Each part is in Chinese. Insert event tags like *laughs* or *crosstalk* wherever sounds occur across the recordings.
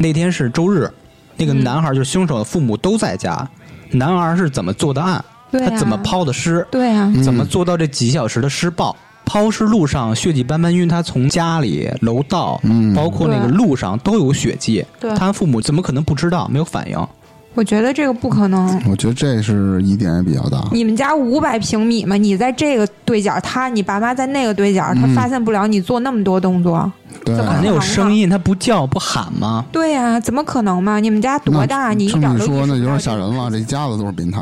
那天是周日，那嗯个男孩就是凶手的父母都在家，男孩是怎么做的案？对啊他怎么抛的尸？对啊，嗯嗯怎么做到这几小时的施暴？抛尸路上血迹斑斑，因为他从家里、楼道，嗯嗯包括那个对路上都有血迹。对啊他父母怎么可能不知道？没有反啊应。我觉得这个不可能。我觉得这是疑点也比较大。你们家五百平米嘛，你在这个对角，他你爸妈在那个对角，他发现不了你做那么多动作。嗯对，啊怎么啊肯定有好吧声音，他不叫不喊吗？对呀、怎么可能嘛？你们家多那啊大？你一这点么一都说，那有点吓人了。了。这一家子都是啊变态。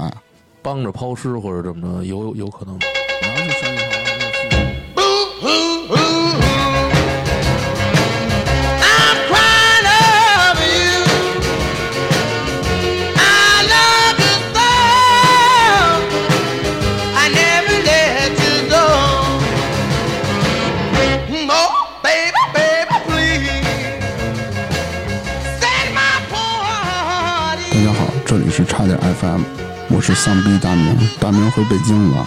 帮着抛尸或者怎么着，有有可能。然后就生意好了就去 Ooh, ooh, I'm crying over you. I love you so. I never let you go. Oh, baby, baby, please set my poor 大家好，这里是差点 FM，我是丧逼大明，大明回北京了。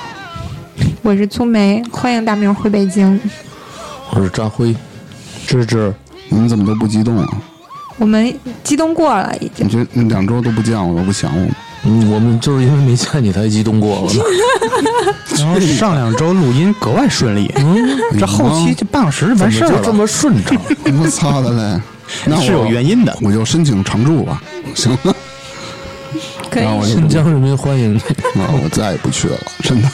我是粗梅，欢迎大明回北京。我是扎辉，芝芝，你们怎么都不激动啊？嗯我们激动过了，已经你这两周都不见我，都不 *laughs* 想我吗？嗯，我们就是因为没见你才激动过了呢。然后上两周录音格外顺利，嗯这后期这半小时就完事儿就这了，嗯么顺 *laughs* 畅，我操的嘞！那我是有原因的。我就申请常住吧，行了。可以然后我就新疆人民欢迎你。啊，我再也不去了，真的。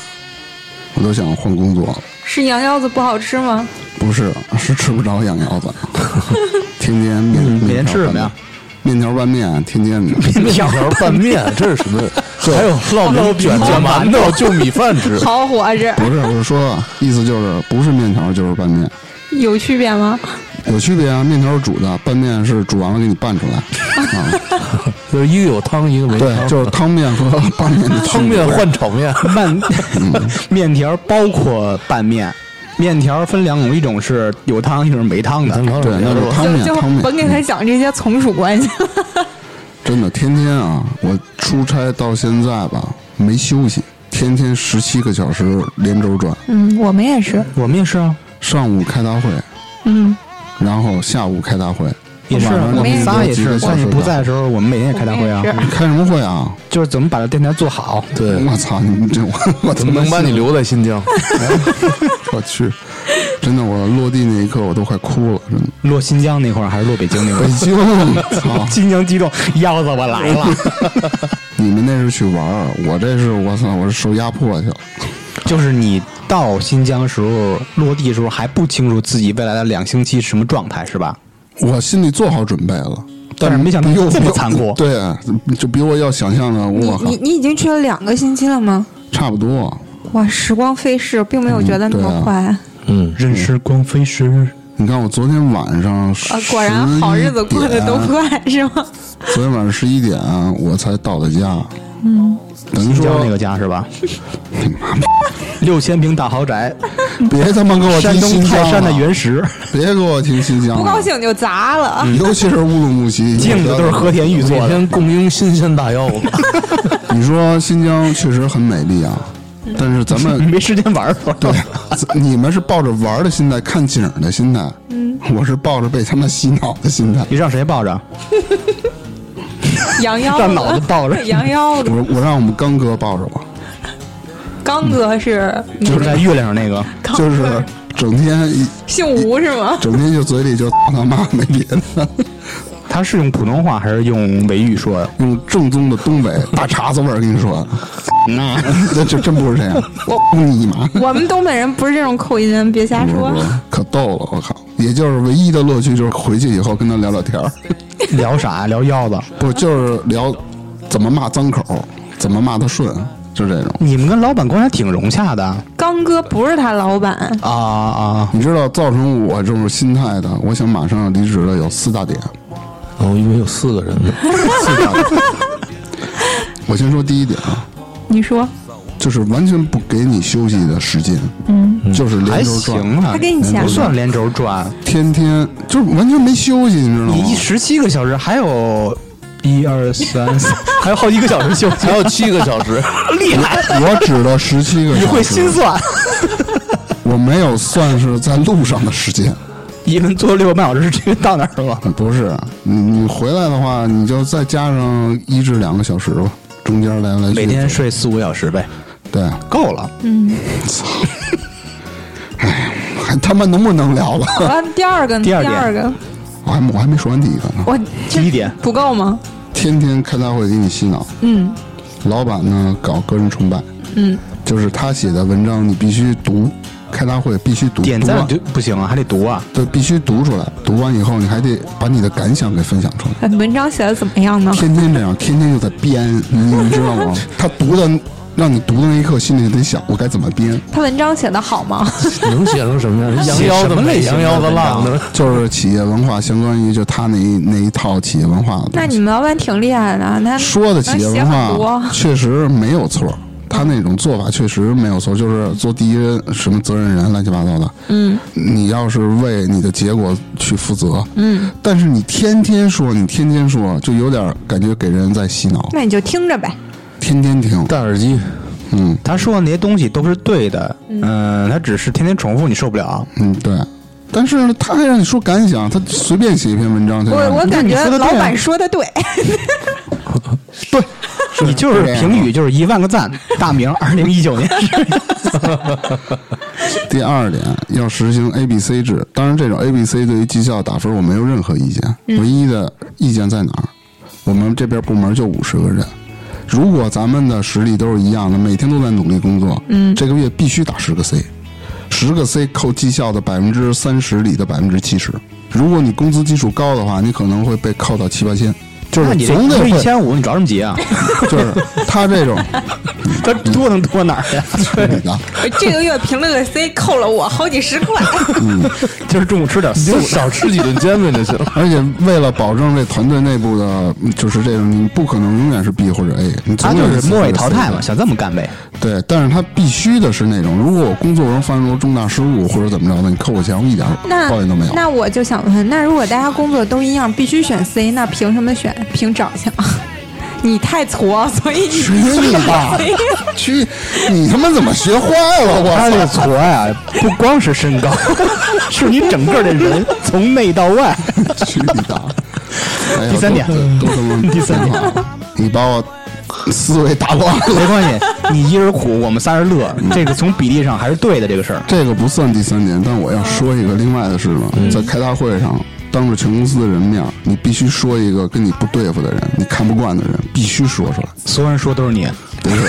我都想换工作了，是羊腰子不好吃吗？不是，是吃不着羊 *laughs* 腰子，天天面嗯每天面条吃什么拌呀面？面条拌面，天天的。面条拌面，这是什 *laughs* 么？还有烙饼卷子、馒头，就米饭吃。好伙食不是，我是说，意思就是不是面条就是拌面，有区别吗？有区别啊。面条是煮的，拌面是煮完了给你拌出来。 *laughs* 啊，就是一个有汤，一个没对，汤。就是汤面和拌面的区别汤面换炒面， *laughs* 拌面条包括拌面，面条分两种，一种是有汤，一种是没汤的。对，那是汤面，就汤面。甭给他讲这些从属关系。真的，天天啊，我出差到现在吧，没休息，天天十七个小时连轴转，嗯， *laughs* 我们也是。我们也是啊，上午开大会，嗯，然啊，下午开大会，也是啊，晚上我们仨也是。算算你不在，的时候，我们每天也开大会啊我们，也是开什么会啊？就是怎么把这电台做好。对，我操，你们这我我 *laughs* 怎么能把你留在新疆？我去，真的，我落地那一刻我都快哭了，真的。落新疆那块儿还是落北京那块北儿？哦京，操！新疆激动，腰子我来了。你们那是去玩儿，啊我这是我操，我是受压迫去了。 *laughs* 就是你到新疆时候落地的时候还不清楚自己未来的两星期是什么状态是吧？我心里做好准备了，但是没想到比我这么残酷 *laughs* 对，就比我要想象的，你我靠你，你已经去了两个星期了吗？差不多。哇，时光飞逝，并没有觉得那么嗯对快。啊嗯，任时光飞逝，你看，我昨天晚上啊，果然好日子过得都11点啊快，是吗？昨天晚上十一点我才到的家。嗯，等于新疆说那个家是吧？六千平大豪宅，别他妈给我山提东新疆泰山的了原石，别给我提新啊疆了，不高兴就 *laughs* 砸了。尤其是乌鲁木齐，镜子都是和田玉做每的。天供应新鲜大药。你说新疆确实很美丽啊，但是咱们没时间玩儿是吧，对，啊 *laughs* 你们是抱着玩的心态、看景儿的心态，嗯，我是抱着被他们洗脑的心态。 *laughs* 你让谁抱着？羊腰让脑子。子，抱着 *laughs* 羊腰 *laughs* 子。我我让我们刚哥抱着我，刚哥是就是在月亮上那个，就是整天一 *laughs* 姓吴是吗？整天就嘴里就他妈没别的， *laughs* 他是用普通话还是用维语说的？用正宗的东北大碴子味儿跟你说， *laughs* 那 *laughs* 这这真不是 *laughs* 这样，我你妈！我们东北人不是这种口音，别瞎说。 *laughs* 可逗了，我靠！也就是唯一的乐趣就是回去以后跟他聊聊天儿，聊啥？ *laughs* 聊腰子。不就是聊怎么骂脏口，怎么骂他顺，就这种。你们跟老板关系还挺融洽的啊刚哥不是他老板，啊啊！你知道造成我这种心态的，我想马上要离职的有四大点。哦，因为有四个人呢。四大点。我先说第一点啊，你说 *laughs* 就是完全不给你休息的时间，嗯，就是还连轴转，行啊，他给你钱不吗？算连轴转，天天就是完全没休息，你知道吗你？十七个小时还有一二三 *laughs* 四， *laughs* 还有好几个小时休息，还有七个小时， *laughs* 厉害！ *laughs* 我指的十七个你小会时心，算，我没有算是在路上的时间， *laughs* 一顿做六个半小时，直接到那儿了。不是，你你回来的话，你就再加上一至两个小时吧，中间来来去每去天睡四五小时呗，对， *laughs* 够了。还他妈能不能聊了？完啊了第二个呢，第第二点二个，我还我还没说完第一个呢，我这第一点不够吗？天天开大会给你洗脑。嗯，老板呢搞个人崇拜，嗯，就是他写的文章你必须读，开大会必须读，点读赞完就不行啊，还得读啊。对，必须读出来，读完以后你还得把你的感想给分享出来。呃文章写的怎么样呢？天天这样，天天就在编，你你知道吗？他读的，让你读的那一刻，心里得想我该怎么编，他文章写的好吗？ *laughs* 能写成什么样？写羊腰什子么类美，型羊的腰子文章浪的，就是企业文化相关于就他那一那一套企业文化的那东你西。们老板挺厉害的，他说的企业文能写很多化确实没有错，他那种做法确实没有错，就是做第一人什么责任人乱七八糟的。嗯，你要是为你的结果去负责，嗯，但是你天天说，你天天说，就有点感觉给人在洗脑，那你就听着呗。天天听，戴耳机，嗯他说的那些东西都是对的，嗯，他只是天天重复，你受不了。嗯，对。但是呢，他还让你说感想，他随便写一篇文章就让我你，我感你觉说得对老啊板说的对， *laughs* 对， *laughs* 你就是评语就是一万个赞，大 *laughs* 明二零一九年。第二点，要实行 A B C 制。当然，这种 A B C 对于绩效打分我没有任何意见，嗯唯一的意见在哪儿？我们这边部门就五十个人，如果咱们的实力都是一样的，每天都在努力工作，嗯，这个月必须打十个 C，十个 C 扣绩效的百分之三十里的百分之七十。如果你工资基数高的话，你可能会被扣到七八千，就那是你这总得一会，千五，你着什么急啊？就是他这种 *laughs* 他多能多哪儿呀？是 *laughs* 你的。这个月评论个 C 扣了我好几十块。 *laughs* 就是中午吃点你素就。 *laughs* 少吃几顿煎饼就行了。 *laughs* 而且为了保证这团队内部的，嗯就是这种，你不可能永远是 B 或者 A，你他总有就一是次末位会淘死汰的嘛，。 *laughs* 想这么干呗。对，但是他必须的是那种，如果我工作中犯出重大失误或者怎么着的，你扣我钱，我一点 *laughs* 那抱怨都没有。那我就想问，那如果大家工作都一样，必须选 C，那凭什么选？凭长相？ *laughs* 你太矬，所以你必去须 *laughs* 你选 *laughs* 吧 C。！去，你他妈怎么学坏了？我他这操个矬呀，不光是身 *laughs* 高，是你整个的人从内到 *laughs* 外。去你的！哎 *laughs* 呀第三点都都他妈 *laughs* 第三点挺好，你把我思维打乱了。没关系，你一人苦，我们仨人乐，这个从比例上还是对的这个 *laughs* 事儿。这个不算第三点，但我要说一个另外的事了。在开大会上，当着全公司的人面，你必须说一个跟你不对付的人，你看不惯的人，必须说出来。所有人说都是你，不是，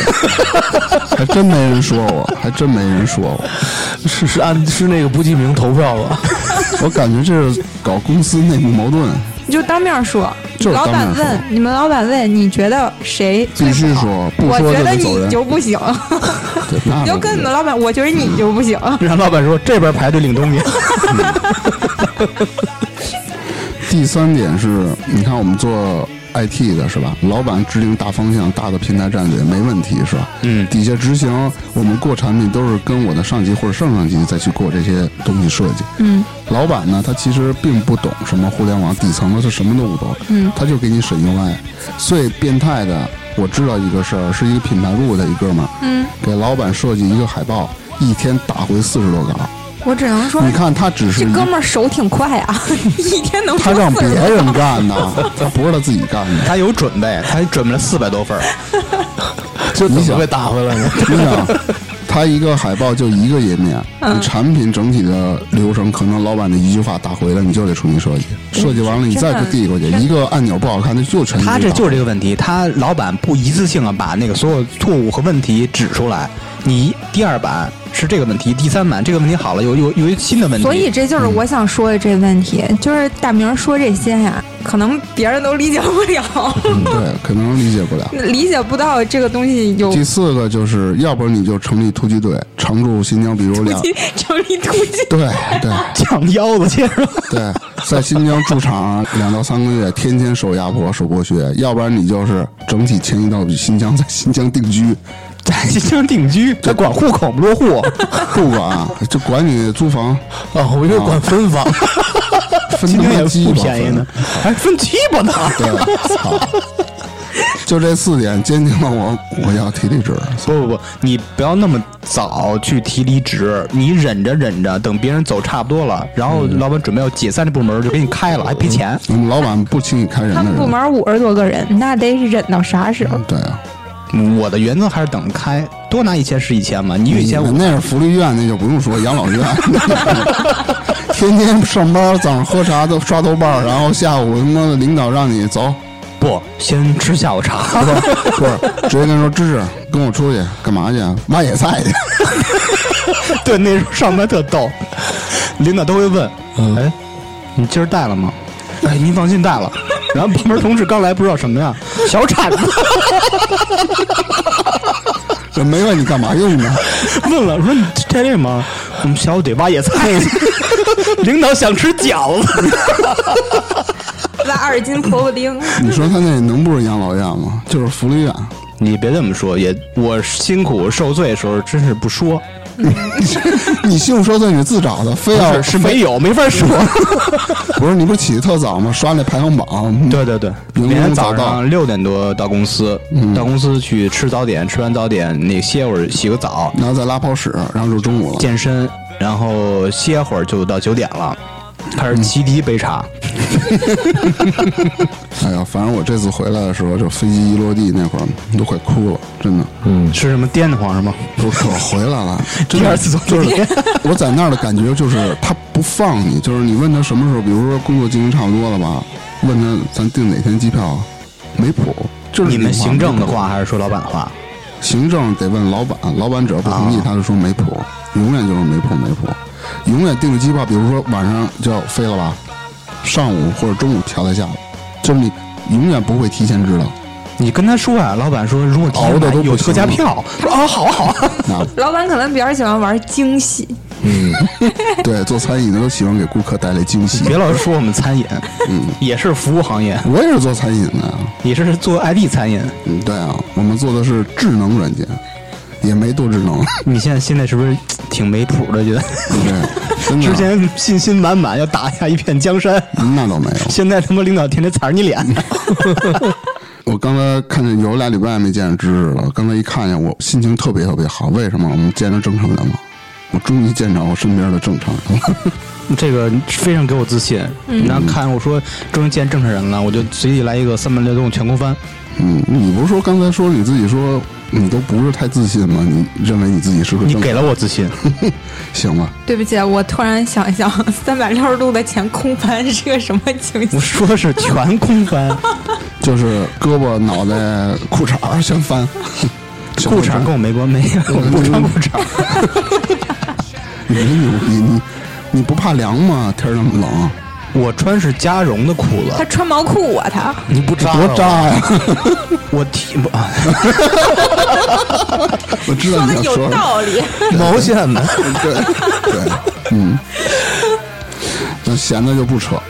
还真没人说我，还真没人说我。 *laughs* 是是按是那个不记名投票吧？我感觉这是搞公司内部矛盾，你就当面说， *laughs* 就是老当面板说问你们老板问，你觉得谁最必须好说，不我说觉就得得走你人。就不 *laughs* 行，对那你就跟你们老板，我觉得你就不行。啊让老板说这边排队领东西。第三点是，你看我们做 IT 的是吧？老板制定大方向、大的平台战略没问题是吧？嗯底下执行，我们过产品都是跟我的上级或者上上级再去过这些东西设计。嗯，老板呢，他其实并不懂什么互联网底层的，他什么都不懂。嗯，他就给你审 UI。最变态的，我知道一个事儿，是一个品牌部的一哥们儿，嗯，给老板设计一个海报，一天打回四十多稿。我只能说，你看他只是这一哥们儿手挺快啊， *laughs* 一天能他说让四别十。人干的，他不是他自己干的。他有准备，他准备了四百多份儿。就你怎想么被打回来呢？ *laughs* 你想，它一个海报就一个页面，你产品整体的流程，可能老板的一句话打回来，你就得重新设计。设计完了，你再给递过去，一个按钮不好看，那就全他这就是是这个问题，他老板不一次性啊把那个所有错误和问题指出来。你第二版是这个问题，第三版这个问题好了，有有有一新的嗯问题。所以这就是我想说的这问题，就是大明说这些呀，可能别人都理解不 *laughs* 了，嗯对，可能理解 *laughs* 不了。理解不到这个东西有第四个就是，要不然你就成立突击队，常驻新疆，比如两， *laughs* 成立突击。对对抢腰子 *laughs* 去是吧？ *laughs* 对，在新疆驻场两到三个月，天天手压迫、手剥削，要不然你就是整体迁移到新疆，在新疆定居。在新疆定居，他管户口不落户，不管，啊就管你租房，啊，我以为管分房，分新疆他也妈鸡不巴哎便宜呢，还分鸡巴呢。对，操！就这四点坚定了我我要提离职。不不不，你不要那么早去提离职，你忍着忍着，等别人走差不多了，然后老板准备要解散这部门，就给你开了，还赔钱。我们老板不轻易开人他的们部人，门五十多个人，嗯那得忍到啥时候？对啊，我的原则还是等开，多拿一千是一千嘛。你有一千你五，嗯那是福利院，那就不用说养老院， *laughs* 天天上班，早上喝茶都刷豆瓣儿，然后下午他妈的领导让你走，不先吃下午茶。 *laughs* *laughs* 不是不是，直接跟他说芝芝跟我出去干嘛去啊？挖野菜去。 *laughs* 对，那时候上班特逗，领导都会问：“哎，你今儿带了吗？”哎，您放心带了。然后旁边同事刚来不知道什么呀，小铲子 *laughs* 这没问你干嘛用呢？问了说：“你带这吗？”我们下午得挖野菜去。 *laughs* 领导想吃饺子。嗯拉二斤婆婆 *laughs* 丁，你说他那能不是养老院吗？就是福利院。 *laughs* 你别这么说，也我辛苦受罪的时候真是不说，你信不说罪你自找的，非不要是是没有没法说。 *laughs* 不是你不是起的特早吗？刷那排行榜，对对对，员每工天嗯早早到嗯上六点多到公司，到公司去吃早点，吃完早点那歇会儿洗个澡，然后再拉泡屎，然后就中午了。健身，然后歇会儿就到九点了，开嗯始沏第一杯茶。哎呀，反正我这次回来的时候，就飞机一落地那会儿都快哭了，真的。吃什么颠得慌是吗？不是我回来了， *laughs* 第真的二次从就酒是店 *laughs* 我在那儿的感觉就是他不放你，就是你问他什么时候，比如说工作进行差不多了吧，问他咱订哪天机票，没谱。就是你们行政的没谱话还是说老板的话？行政得问老板，老板只要不同意，啊他就说没谱，永远就是没谱没谱，永远定的机票，比如说晚上就要飞了吧，上午或者中午调在下午，就是你永远不会提前知道，你跟他说啊，老板说如果熬得都不有行特价票，他说啊好啊好 *laughs* 啊， *laughs* 那老板可能比较喜欢玩惊喜，对做餐饮的都喜欢给顾客带来惊喜。别老说我们餐饮，嗯也是服务行业，我也是做餐饮的，也是做 IT 餐饮。嗯，对啊，我们做的是智能软件，也没多智 *laughs* 能，你现在心里是不是挺没谱的？觉得对，真的啊之前信心满满要打下一片江山， *laughs* 那倒没有。现在他妈领导天天踩着你脸。我刚才看见有俩礼拜没见着芝芝了，刚才一看见我心情特别特别好，为什么？我们见着正常人了，我终于见着我身边的正常人了。 *laughs* 这个非常给我自信。然后看我说终于见正常人了，我就随意来一个三百六十度全空翻。嗯，你不是说刚才说你自己说你都不是太自信吗？你认为你自己是个你正给了我自信，行吧？对不起，啊我突然想一想， *laughs* 三百六十度的前空翻是个什么情 *laughs* 我形？说的是全空 *laughs* 翻，就是胳膊、脑袋、裤衩儿先翻， *laughs* 先裤翻衩跟我没关没，我不穿裤衩。你别牛逼，你你不怕凉吗？天儿那么 *laughs* 冷，啊我穿是加绒的裤他 *laughs* 子，穿毛裤啊，他你不扎多扎呀！我提不啊我知道的你要有说什么。道理。毛线的，对对，嗯，那闲的就不扯了。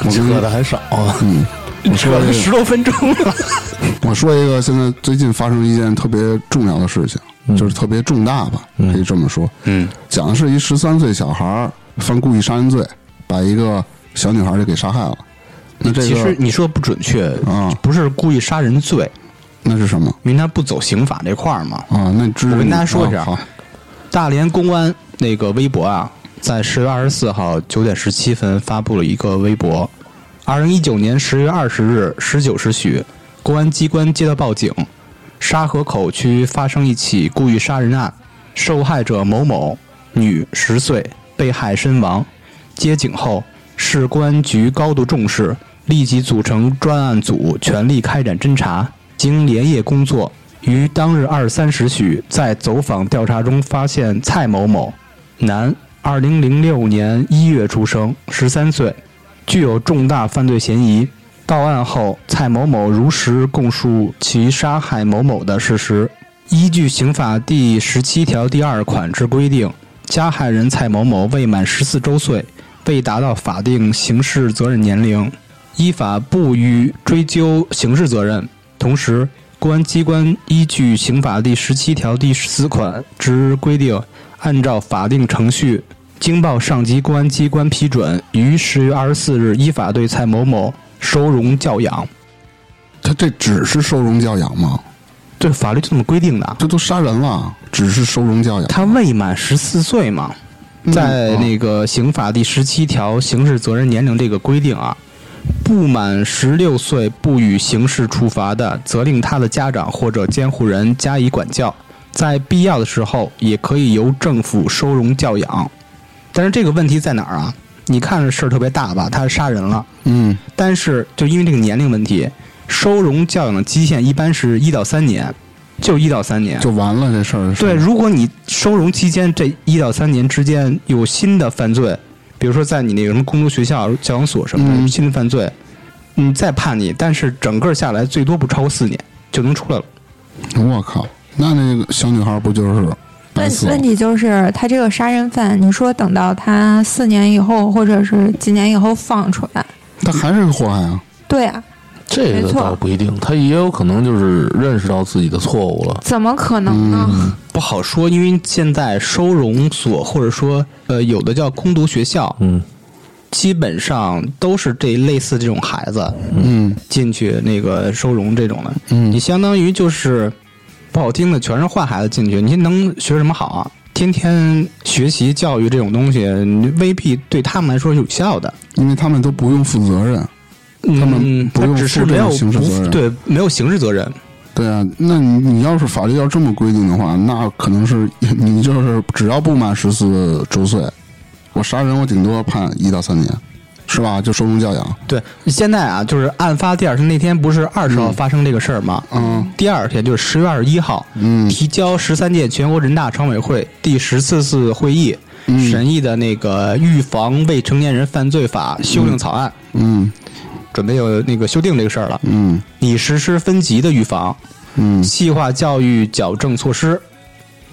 我跟扯的还少啊。嗯，我说扯了 *laughs* 一十多分钟了。个，我说一个，现在最近发生一件特别重要的事情，就是特别重大吧，可以这么说。嗯，讲的是一十三岁小孩儿犯故意杀人罪，把一个小女孩儿就给杀害了。那这其实个你说不准确啊，不是故意杀人罪，那是什么因为他不走刑法这块儿嘛。啊？那知我跟大家说一下啊好大连公安那个微博啊，在十月二十四号九点十七分发布了一个微博。二零一九年十月二十日十九时许，公安机关接到报警，沙河口区发生一起故意杀人案，受害者某某，女，十岁，被害身亡。接警后，市公安局高度重视，立即组成专案组，全力开展侦查。经连夜工作，于当日二三时许，在走访调查中发现蔡某某，男，二零零六年一月出生，十三岁，具有重大犯罪嫌疑。到案后，蔡某某如实供述其杀害某某的事实。依据刑法第十七条第二款之规定，加害人蔡某某未满十四周岁，未达到法定刑事责任年龄，依法不予追究刑事责任。同时，公安机关依据刑法第十七条第十四款之规定，按照法定程序，经报上级公安机关批准，于十月二十四日依法对蔡某某收容教养。他这只是收容教养吗？这法律就这么规定的。啊这都杀人了，只是收容教养。他未满十四岁嘛，在那个刑法第十七条刑事责任年龄这个规定啊，不满十六岁不予刑事处罚的，责令他的家长或者监护人加以管教，在必要的时候也可以由政府收容教养。但是这个问题在哪儿啊？你看着事儿特别大吧，他是杀人了，嗯，但是就因为这个年龄问题，收容教养的期限一般是一到三年，就一到三年，就完了这事儿。对，，如果你收容期间这一到三年之间有新的犯罪，比如说在你那个什么公读学校、教养所什么的、嗯新的犯罪，你再判你，但是整个下来最多不超过四年就能出来了。我靠，那那个小女孩不就是白问死了问？题就是他这个杀人犯，你说等到他四年以后，或者是几年以后放出来，她还是个祸害啊！对啊，这没个错倒不一定，他也有可能就是认识到自己的错误了。怎么可能呢？不好说，因为现在收容所或者说呃有的叫空读学校，嗯，基本上都是这类似这种孩子嗯进去那个收容这种的。你嗯，相当于就是不好听的，全是坏孩子进去，你能学什么好啊？天天学习教育这种东西，你未必对他们来说是有效的。因为他们都不用负责任。嗯他们不用只是负这没有种刑事不责任对，没有刑事责任。对啊，那你你要是法律要这么规定的话，那可能是你就是 *laughs* 只要不满十四周岁，我杀人我顶多判一到三年，是吧？就收容教养。对，现在啊，就是案发第二天那天不是二十号发生这个事儿吗？嗯，第二天就是十月二十一号，嗯提交十三届全国人大常委会第十四次会议、嗯审议的那个《预防未成年人犯罪法》修订草案，嗯准备有那个修订这个事儿了。嗯拟实施分级的预防，嗯。细化教育矫正措施。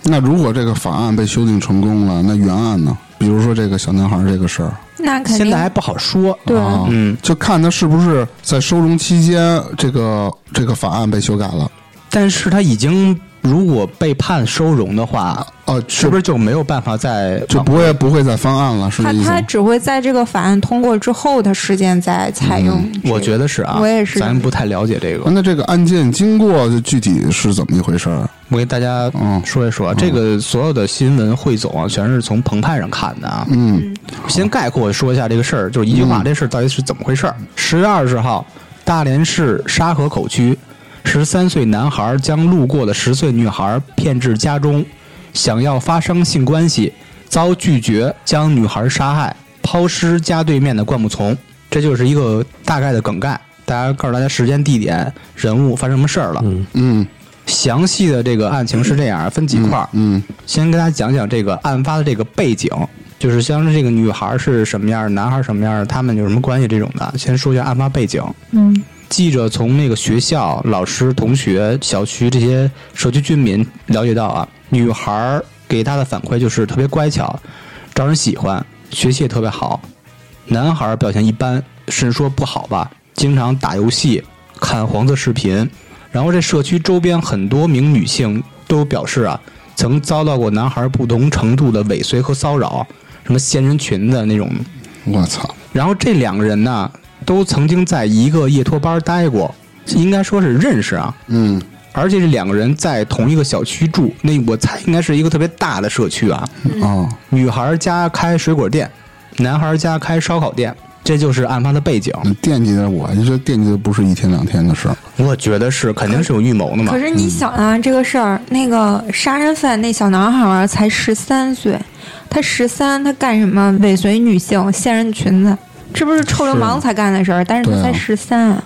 那如果这个法案被修订成功了，那原案呢？比如说这个小男孩这个事儿， *laughs* 那肯现定在还不好说。对啊啊，嗯，就看他是不是在收容期间，这个这个法案被修改了。但是他已经如果被判收容的话，哦、是是不是就没有办法再就不会不会再翻案了？是他这意思他吗？只会在这个法案通过之后的时间再采用这个、我觉得是啊，我也是咱不太了解这啊个。那这个案件经过就具体是怎么一回事儿？我给大家嗯说一说，啊这个所有的新闻汇总啊，全是从澎湃上看的啊。嗯先概括说一下这个事儿，就是一句话，这事儿到底是怎么回事儿？十月二十号，大连市沙河口区，十三岁男孩将路过的十岁女孩骗至家中，想要发生性关系，遭拒绝，将女孩杀害，抛尸家对面的灌木丛。这就是一个大概的梗概，大家告诉大家时间、地点、人物发生什么事儿了。嗯详细的这个案情是这样，分几块儿。嗯先跟大家讲讲这个案发的这个背景，就是像是这个女孩是什么样，男孩什么样，他们有什么关系这种的。先说一下案发背景。嗯，记者从那个学校、老师、同学、小区这些社区居民了解到啊，女孩给她的反馈就是特别乖巧，招人喜欢，学习也特别好。男孩表现一般，甚至说不好吧，经常打游戏、看黄色视频。然后这社区周边很多名女性都表示啊，曾遭到过男孩不同程度的尾随和骚扰，什么仙人裙的那种嗯我操，然后这两个人呢，都曾经在一个夜托班待过，应该说是认识啊。嗯而且这两个人在同一个小区住，那我猜应该是一个特别大的社区啊。哦，女孩家开水果店，男孩家开烧烤店，这就是案发的背景。那惦记着我，这惦记的不是一天两天的事儿。我觉得是，肯定是有预谋的嘛可。是你想啊，这个事儿，那个杀人犯那小男孩儿才十三岁，他十三，他干什么？尾随女性、仙人裙子，这不是臭流氓才干的事儿，但是对他啊才十三、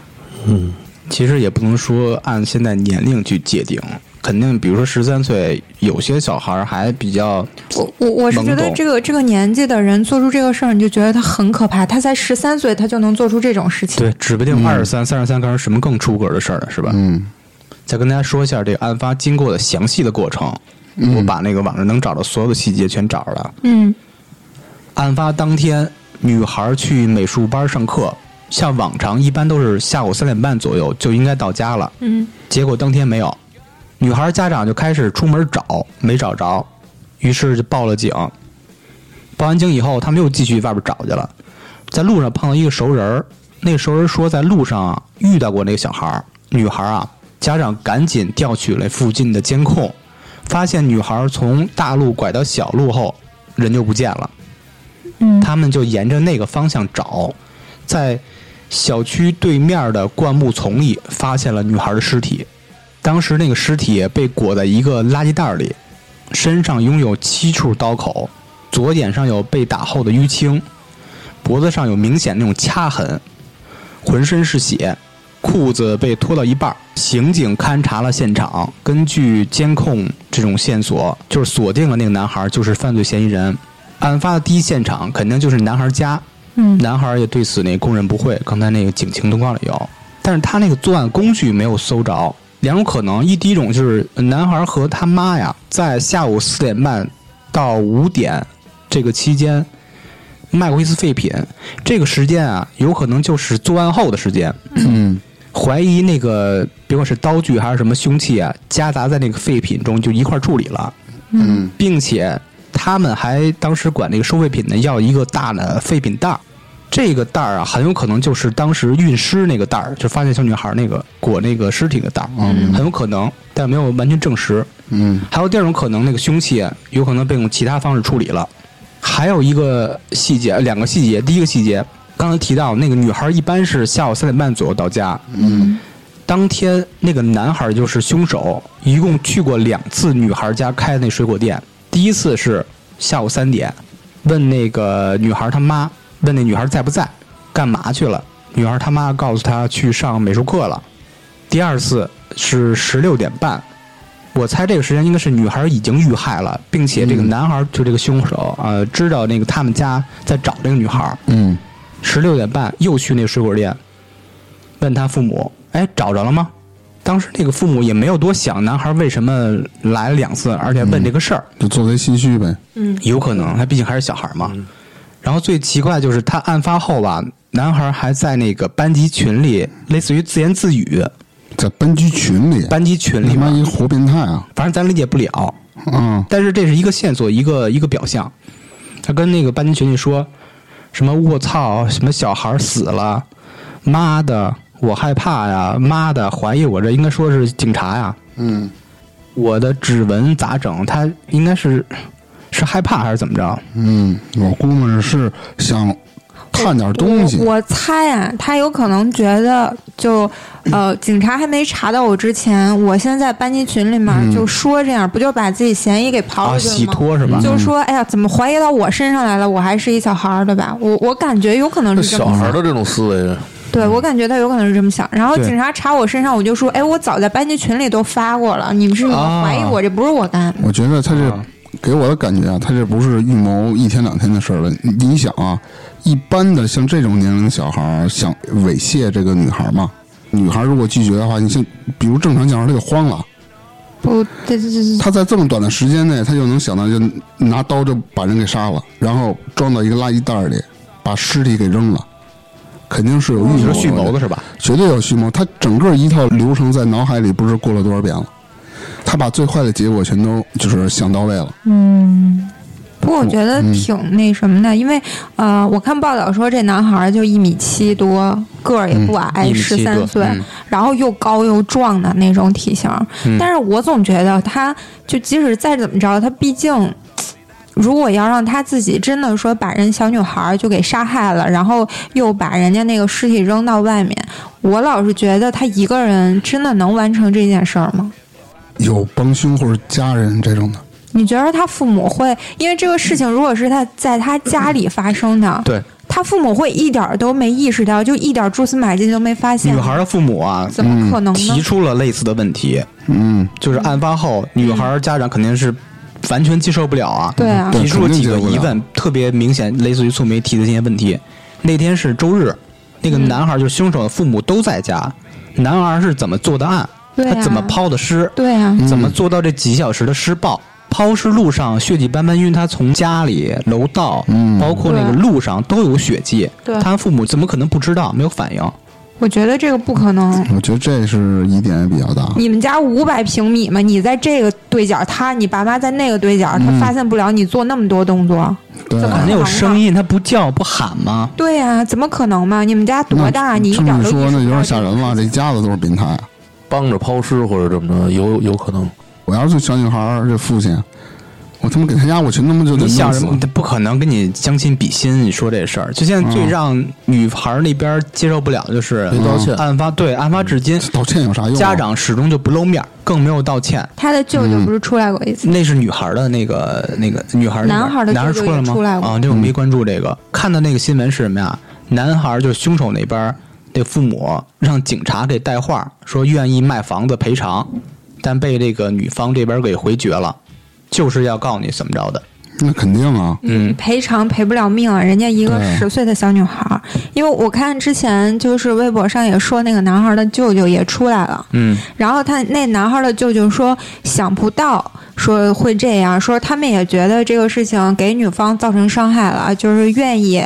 其实也不能说按现在年龄去界定，肯定比如说十三岁，有些小孩还比较我我我是觉懵得懂这个这个年纪的人做出这个事儿，你就觉得他很可怕。他才十三岁，他就能做出这种事情。对，指不定二十三、三十三干出什么更出格的事儿了，是吧？嗯再跟大家说一下这个案发经过的详细的过程。我把那个网上能找到所有的细节全找着了。嗯案发当天，女孩去美术班上课，像往常一般都是下午三点半左右就应该到家了。嗯，结果当天没有，女孩家长就开始出门找，没找着，于是就报了警。报完警以后，他们又继续外边找去了，在路上碰到一个熟人儿，那个熟人说在路上啊遇到过那个小孩儿，女孩啊，家长赶紧调取了附近的监控，发现女孩从大路拐到小路后，人就不见了。嗯他们就沿着那个方向找，在小区对面的灌木丛里发现了女孩的尸体。当时那个尸体被裹在一个垃圾袋里，身上拥有七处刀口，左眼上有被打后的淤青，脖子上有明显那种掐痕，浑身是血，裤子被脱到一半儿。刑警勘察了现场，根据监控这种线索，就是锁定了那个男孩就是犯罪嫌疑人。案发的第一现场肯定就是男孩家，嗯男孩也对此那供认不讳。刚才那个警情通告里有，但是他那个作案工具没有搜着。两种可能，一第一种就是男孩和他妈呀，在下午四点半到五点这个期间卖过一次废品，这个时间啊，有可能就是作案后的时间。嗯，怀疑那个，别管是刀具还是什么凶器啊，夹杂在那个废品中就一块儿处理了。嗯，并且他们还当时管那个收废品的要一个大的废品袋儿，这个袋儿啊，很有可能就是当时运尸那个袋儿，就发现小女孩那个裹那个尸体的袋儿，很有可能，但没有完全证实。嗯，还有第二种可能，那个凶器啊有可能被用其他方式处理了。还有一个细节，两个细节。第一个细节，刚才提到那个女孩一般是下午三点半左右到家。嗯，当天那个男孩就是凶手，一共去过两次女孩家开的那水果店。第一次是下午三点，问那个女孩她妈，问那女孩在不在，干嘛去了。女孩她妈告诉她去上美术课了。第二次是十六点半，我猜这个时间应该是女孩已经遇害了，并且这个男孩就这个凶手呃知道那个他们家在找这个女孩。嗯，十六点半又去那水果店，问他父母：“哎，找着了吗？”当时那个父母也没有多想，男孩为什么来了两次，而且问这个事儿，就做贼心虚呗。嗯有可能他毕竟还是小孩嘛。然后最奇怪就是他案发后吧，男孩还在那个班级群里，类似于自言自语，在班级群里，班级群你里妈面，一活变态啊！反正咱理解不了。嗯，但是这是一个线索，一个一个表象。他跟那个班级群里说什么“卧槽”，什么小孩死了，妈的，我害怕呀，妈的，怀疑我这应该说是警察呀。嗯，我的指纹咋整？他应该是是害怕还是怎么着？嗯，我估摸着是想看点东西我。我猜啊，他有可能觉得就呃，警察还没查到我之前，我先在班级群里面就说这样，不就把自己嫌疑给刨嗯啊，出去洗了吗？脱是吧？就说哎呀，怎么怀疑到我身上来了？我还是一小孩儿，对吧？我我感觉有可能这是这小么孩想儿，的这种思维，对我感觉他有可能是这么想。然后对警察查我身上，我就说哎，我早在班级群里都发过了，你们是你们啊怀疑我，这不是我干的。我觉得他这给我的感觉啊，他这不是预谋一天两天的事儿了。你你想啊，一般的像这种年龄的小孩儿想猥亵这个女孩儿嘛，女孩儿如果拒绝的话，你像比如正常小孩儿他就慌了，不，这这这他在这么短的时间内，他就能想到就拿刀就把人给杀了，然后装到一个垃圾袋儿里，把尸体给扔了，肯定是有预哦你谋说蓄谋的是吧？绝对有蓄谋。他整个一套流程在脑海里不知过了多少遍了，他把最坏的结果全都就是想到位了。不过我觉嗯得挺那什么的，因为呃，我看报道说这男孩儿就一米七多，个儿也不矮，嗯十1.7三多岁嗯，然后又高又壮的那种体型儿。但是我总觉得他就即使再怎么着，他毕竟。如果要让他自己真的说把人小女孩儿就给杀害了，然后又把人家那个尸体扔到外面，我老是觉得他一个人真的能完成这件事儿吗？有帮凶或者家人这种的，你觉得他父母会因为这个事情，如果是他在他家里发生的，嗯对，他父母会一点儿都没意识到，就一点儿蛛丝马迹都没发现女，孩的父母啊，怎么可能呢提？出了类似的问题，嗯，就是案发后，女孩家长肯定是完全接受不了啊，对啊提出了几个对肯定接疑受不了问，特别明显，类似于素梅提的这些问题。那天是周日，那个嗯男孩就是凶手的父母都在家，男孩是怎么做的案？对啊他怎么抛的尸？对啊，嗯怎么做到这几小时的施暴？抛尸路上血迹斑斑，因为他从家里、楼道，嗯包括那个对路上都有血迹对，他父母怎么可能不知道？没有反应。我觉得这个不可能。我觉得这是疑点也比较大。你们家五百平米嘛，你在这个对角，他你爸妈在那个对角，他发现不了你做那么多动作，对，啊怎么肯定有声音，他不叫不喊吗？啊对呀、怎么可能嘛？你们家多大？那你一这点么儿一都意识不说，那有到这点吓个人了。这一家子都是变态啊！帮着抛尸或者怎么着，有有可能。我要是小女孩儿这父亲，我他妈给他压，我全他妈就得你弄想死什么？他不可能跟你将心比心。你说这事儿，就现在最让女孩那边接受不了的就是没道歉案发对案发至今，道歉有啥用啊？家长始终就不露面，更没有道歉。他的舅舅不是出来过一次，那是女孩的那个那个女孩那边，男孩的男孩舅舅出来了也吗？出来过啊，这我没关注这个，看的那个新闻是什么呀？男孩就是凶手那边，那父母让警察给带话，说愿意卖房子赔偿，但被这个女方这边给回绝了，就是要告你怎么着的。那肯定啊，嗯，赔偿赔不了命啊，人家一个对十岁的小女孩儿，因为我看之前就是微博上也说那个男孩儿的舅舅也出来了，嗯，然后他那男孩儿的舅舅说想不到说会这样，说他们也觉得这个事情给女方造成伤害了，啊就是愿意，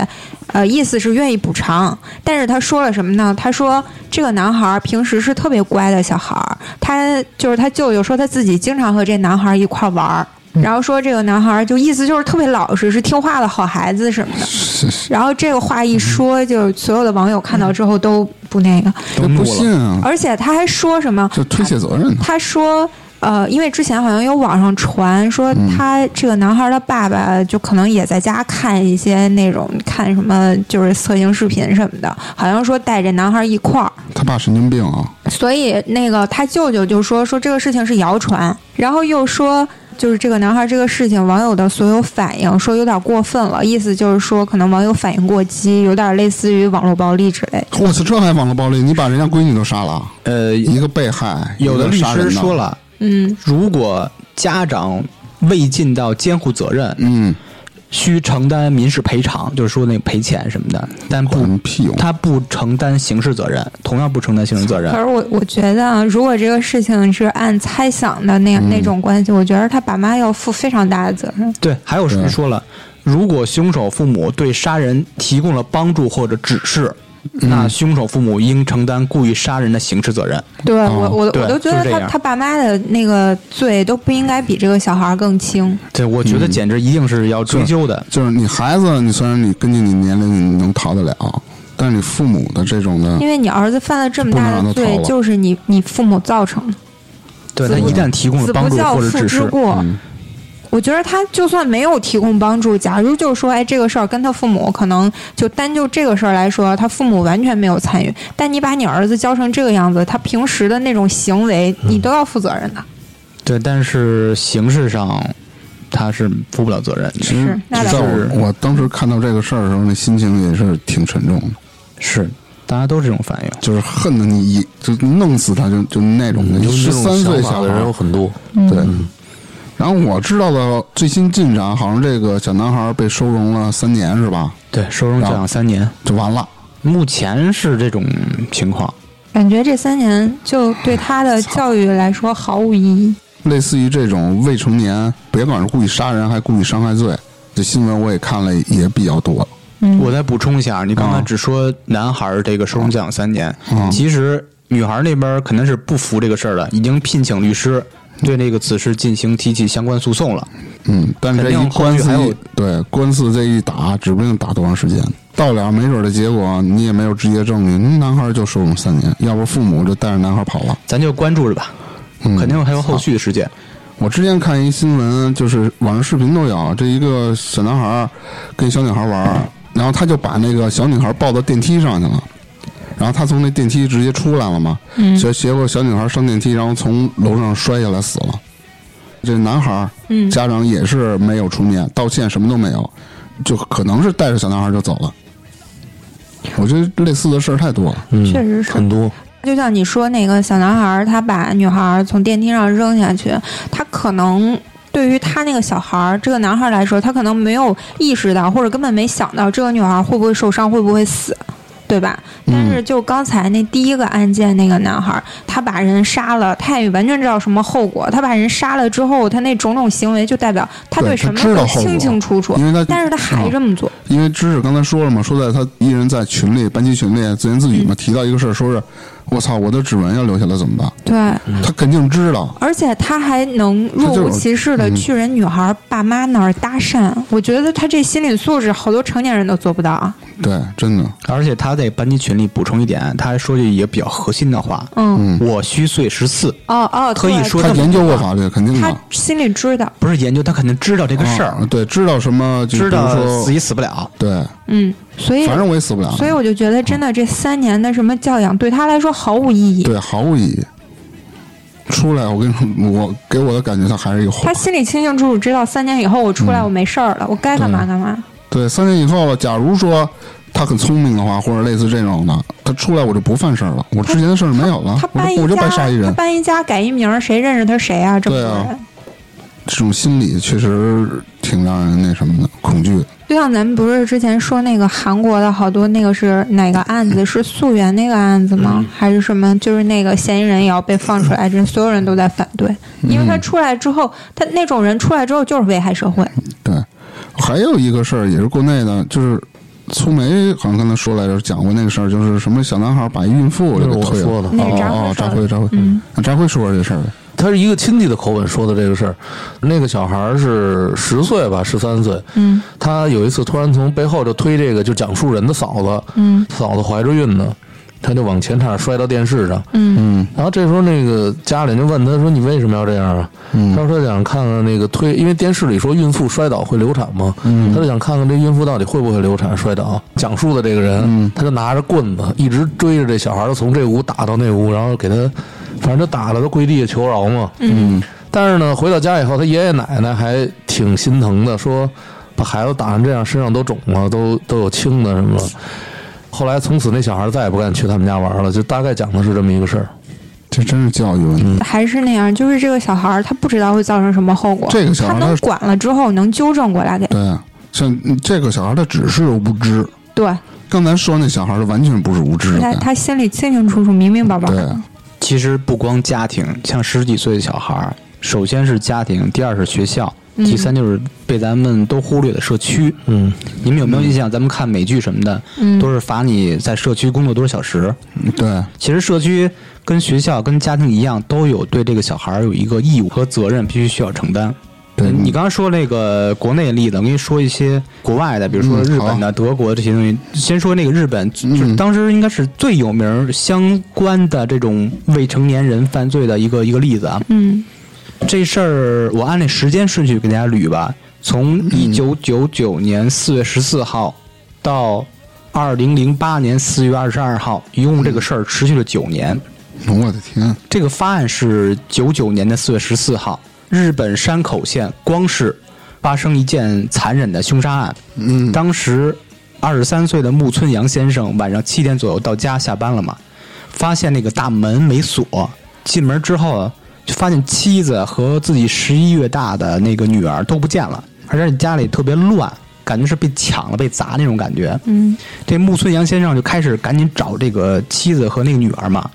呃，意思是愿意补偿。但是他说了什么呢？他说这个男孩儿平时是特别乖的小孩儿，他就是他舅舅说他自己经常和这男孩儿一块儿玩儿。然后说这个男孩儿就意思就是特别老实，是听话的好孩子什么的。是是然后这个话一说，就是所有的网友看到之后都不那个，这不信啊，而且他还说什么这推卸责任呢。他说，呃，因为之前好像有网上传说，他这个男孩的爸爸就可能也在家看一些那种看什么就是色情视频什么的，好像说带着男孩一块儿，他爸神经病啊，所以那个他舅舅就说说这个事情是谣传，然后又说。就是这个男孩这个事情，网友的所有反应说有点过分了，意思就是说可能网友反应过激，有点类似于网络暴力之类的。我操，这还网络暴力？你把人家闺女都杀了，呃，一个被害，有的一个律杀人师说，了，嗯，如果家长未尽到监护责任，嗯，需承担民事赔偿，就是说那个赔钱什么的，但不管个屁用。他不承担刑事责任，同样不承担刑事责任可。是我我觉得，啊，如果这个事情是按猜想的嗯那、那种关系，我觉得他爸妈要负非常大的责任。对，还有嗯谁说了，如果凶手父母对杀人提供了帮助或者指示，嗯那凶手父母应承担故意杀人的刑事责任。对、我我哦对我都就觉得是这他样他爸妈的那个罪都不应该比这个小孩儿更轻。对，我嗯觉得简直一定是要追究的。就是你孩子，你虽然你根据你年龄你能逃得了，但是你父母的这种的嗯因，为你儿子犯了这么不能大让的他罪逃，了就是你你父母造成的，对他一旦提供了子帮不助教或者父指之示，嗯过。我觉得他就算没有提供帮助，假如就说，哎，这个事儿跟他父母可能就单就这个事儿来说，他父母完全没有参与。但你把你儿子教成这个样子，他平时的那种行为，嗯你都要负责任的。对，但是刑事上他是负不了责任的。其实那你知倒道是我我当时看到这个事儿的时候，那心情也是挺沉重的，是，大家都是这种反应。就是恨得你一就弄死他，就就那种的。嗯有十这三种岁想小法孩嗯的人有儿，很多，对。然后我知道的最新进展，好像这个小男孩被收容了三年，是吧？对，收容教养三年，就完了。目前是这种情况。感觉这三年就对他的教育来说毫无意义。类似于这种未成年，别管是故意杀人还是故意伤害罪，这新闻我也看了也比较多。我再补充一下，你刚才啊只说男孩儿这个收容教养三年，嗯其实女孩儿那边儿肯定是不服这个事儿的，已经聘请律师对这个此事进行提起相关诉讼了。嗯，但是这一官司肯定后续还一有对官司这一打，指不定打多长时间。到了没准的结果，你也没有直接证据，男孩就收容三年，要不父母就带着男孩跑了。咱就关注着吧，嗯肯定还有后续的事件。我之前看一新闻，就是网上视频都有，啊这一个小男孩儿跟小女孩玩儿，然后他就把那个小女孩抱到电梯上去了，然后他从那电梯直接出来了嘛，嗯，结结果小女孩上电梯，然后从楼上摔下来死了。这男孩儿，嗯家长也是没有出面道歉，什么都没有，就可能是带着小男孩就走了。我觉得类似的事儿太多了，嗯，确实是很多。就像你说那个小男孩儿，他把女孩儿从电梯上扔下去，他可能对于他那个小孩儿，这个男孩儿来说，他可能没有意识到，或者根本没想到这个女孩儿会不会受伤，会不会死，对吧？但嗯是就刚才那第一个案件，那个男孩儿，他把人杀了，他也完全知道什么后果。他把人杀了之后，他那种种行为就代表他对对他什么知道都后果清清楚楚因为他，但是他还嗯这么做。因为知识刚才说了嘛，说在他一人在群里班级群里自言自语嘛，提到一个事儿，说是我操，我的指纹要留下来怎么办？对，嗯他肯定知道，而且他还能若无其事嗯的去人女孩爸妈那儿搭讪，我觉得他这心理素质好多成年人都做不到啊。对，真的，而且他在班级群里补充一点，他还说句也比较核心的话，嗯，我虚岁十四，哦哦，特意对说他这么研究过法律，肯定他的。心里知道，不是研究，他肯定知道这个事儿，啊对，知道什么，就哦知比如道说自己死不了。对，嗯，所以反正我也啊死不了，所以我就觉得，真的这三年的什么教养对他来说毫无意义。对毫无意义。出来，我跟你说，我给我的感觉，他还是一个猴他。心里清清楚楚知道，三年以后我出来我没事儿了，我该干嘛干嘛。嗯对，啊三年以后了，假如说他很聪明的话，或者类似这种的，他出来我就不犯事儿了，我之前的事儿没有了他，我搬就一我就家，白杀一他人。搬一家改一名儿，谁认识他谁啊？这么多对啊人，这种心理确实挺让人那什么的，恐惧。就像咱们不是之前说那个韩国的好多那个是哪个案子？是溯源那个案子嗯吗？还是什么？就是那个嫌疑人也要被放出来，这所有人都在反对，因嗯为他出来之后，他那种人出来之后就是危害社会。对，还有一个事儿也是国内的，就是粗梅好像跟他说来着，讲过那个事儿，就是什么小男孩把孕妇就给是我推了。说的，嗯那是张哦哦，辉张说的辉，嗯张辉，啊张辉说过这事儿呗。他是一个亲戚的口吻说的这个事儿。那个小孩儿是十岁吧，十三岁。嗯，他有一次突然从背后就推这个就讲述人的嫂子，嗯嫂子怀着孕呢，他就往前差点摔到电视上。嗯然后这时候那个家里人就问他说：“你为什么要这样啊？”他说：“他想看看那个推，因为电视里说孕妇摔倒会流产嘛，他就想看看这孕妇到底会不会流产摔倒。”讲述的这个人，他就拿着棍子一直追着这小孩儿，从这屋打到那屋，然后给他，反正就打了，他跪地下求饶嘛。嗯，但是呢，回到家以后，他爷爷奶奶还挺心疼的，说把孩子打成这样，身上都肿了，都都有青的什么的。后来从此那小孩儿再也不敢去他们家玩了，就大概讲的是这么一个事儿。这真是教育问题。还是那样，就是这个小孩儿他不知道会造成什么后果，这个小孩他儿能他管了之后能纠正过来给，对，像嗯这个小孩，他只是无知。对，刚才说那小孩，他完全不是无知的他感觉。他心里清清楚楚、明明白白对的。其实不光家庭，像十几岁的小孩儿，首先是家庭，第二是学校，嗯第三就是被咱们都忽略的社区。嗯，你们有没有印象？咱们看美剧什么的，嗯都是罚你在社区工作多少小时。对，其实社区跟学校跟家庭一样，都有对这个小孩儿有一个义务和责任，必须需要承担。对你刚刚说那个国内的例子，我跟你说一些国外的，比如说嗯日本的、德国这些东西。先说那个日本，就是当时应该是最有名儿相关的这种未成年人犯罪的一个一个例子啊。嗯这事儿我按那时间顺序给大家捋吧，从嗯一九九九年四月十四号到二零零八年四月二十二号，一共这个事儿持续了九年。我的天，这个发案是九九年的四月十四号，日本山口县光市发生一件残忍的凶杀案。嗯，当时二十三岁的木村洋先生晚上七点左右到家下班了嘛，发现那个大门没锁，进门之后啊就发现妻子和自己十一月大的那个女儿都不见了，而且家里特别乱，感觉是被抢了、被砸那种感觉。嗯这木村洋先生就开始赶紧找这个妻子和那个女儿嘛，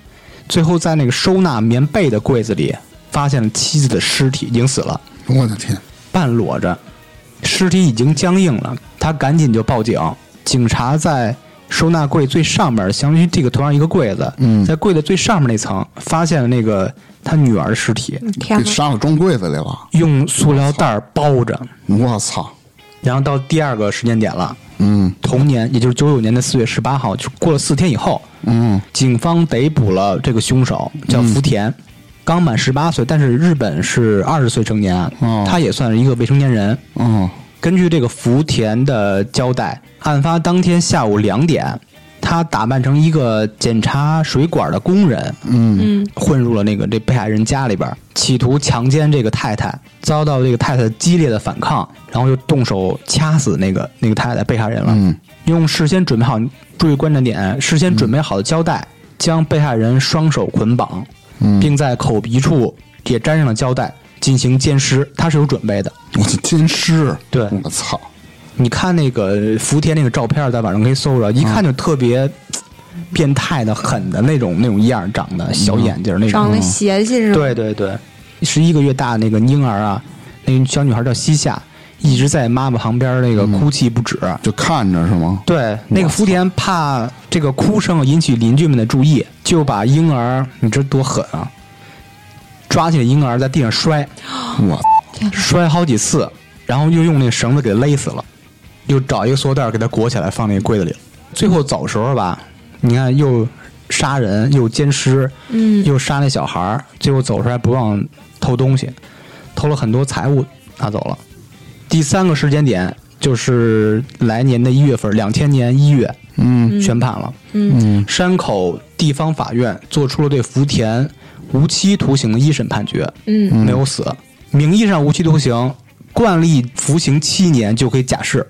最后在那个收纳棉被的柜子里发现了妻子的尸体，已经死了，我的天，半裸着，尸体已经僵硬了。他赶紧就报警，警察在收纳柜最上面，相当于这个同样一个柜子，嗯在柜子最上面那层发现了那个他女儿的尸体，天啊给哪！杀了装柜子里了。用塑料袋儿包着。我操，然后到第二个时间点了，嗯同年，也就是九九年的四月十八号，就过了四天以后，嗯，警方逮捕了这个凶手，叫福田，刚满十八岁，但是日本是二十岁成年啊，哦他也算是一个未成年人。哦，根据这个福田的交代，案发当天下午两点，他打扮成一个检查水管的工人，嗯嗯混入了那个这被害人家里边，企图强奸这个太太，遭到这个太太激烈的反抗，然后就动手掐死那个那个太太被害人了。嗯，用事先准备好，注意观察点，事先准备好的胶带将被害人双手捆绑，嗯并在口鼻处也粘上了胶带进行奸尸，他是有准备的。我的奸尸，对我操，你看那个福田那个照片，在网上可以搜着，一看就特别嘖变态的、狠的那种那种样儿，长得小眼睛儿那长种。嗯得邪气是吧？对对对，十一个月大那个婴儿啊，那个小女孩叫西夏，一直在妈妈旁边那个嗯哭泣不止。就看着是吗？对，那个福田怕这个哭声引起邻居们的注意，就把婴儿，你这多狠啊！抓起婴儿在地上摔，我摔好几次，然后又用那个绳子给勒死了，又找一个塑料袋给他裹起来放那个柜子里。最后走时候吧，你看又杀人又奸尸，嗯又杀那小孩儿，最后走时候还不忘偷东西，偷了很多财物拿走了。第三个时间点就是来年的一月份，两千年一月嗯宣判了。嗯山口地方法院做出了对福田无期徒刑的一审判决，嗯没有死，名义上无期徒刑，惯例服刑七年就可以假释，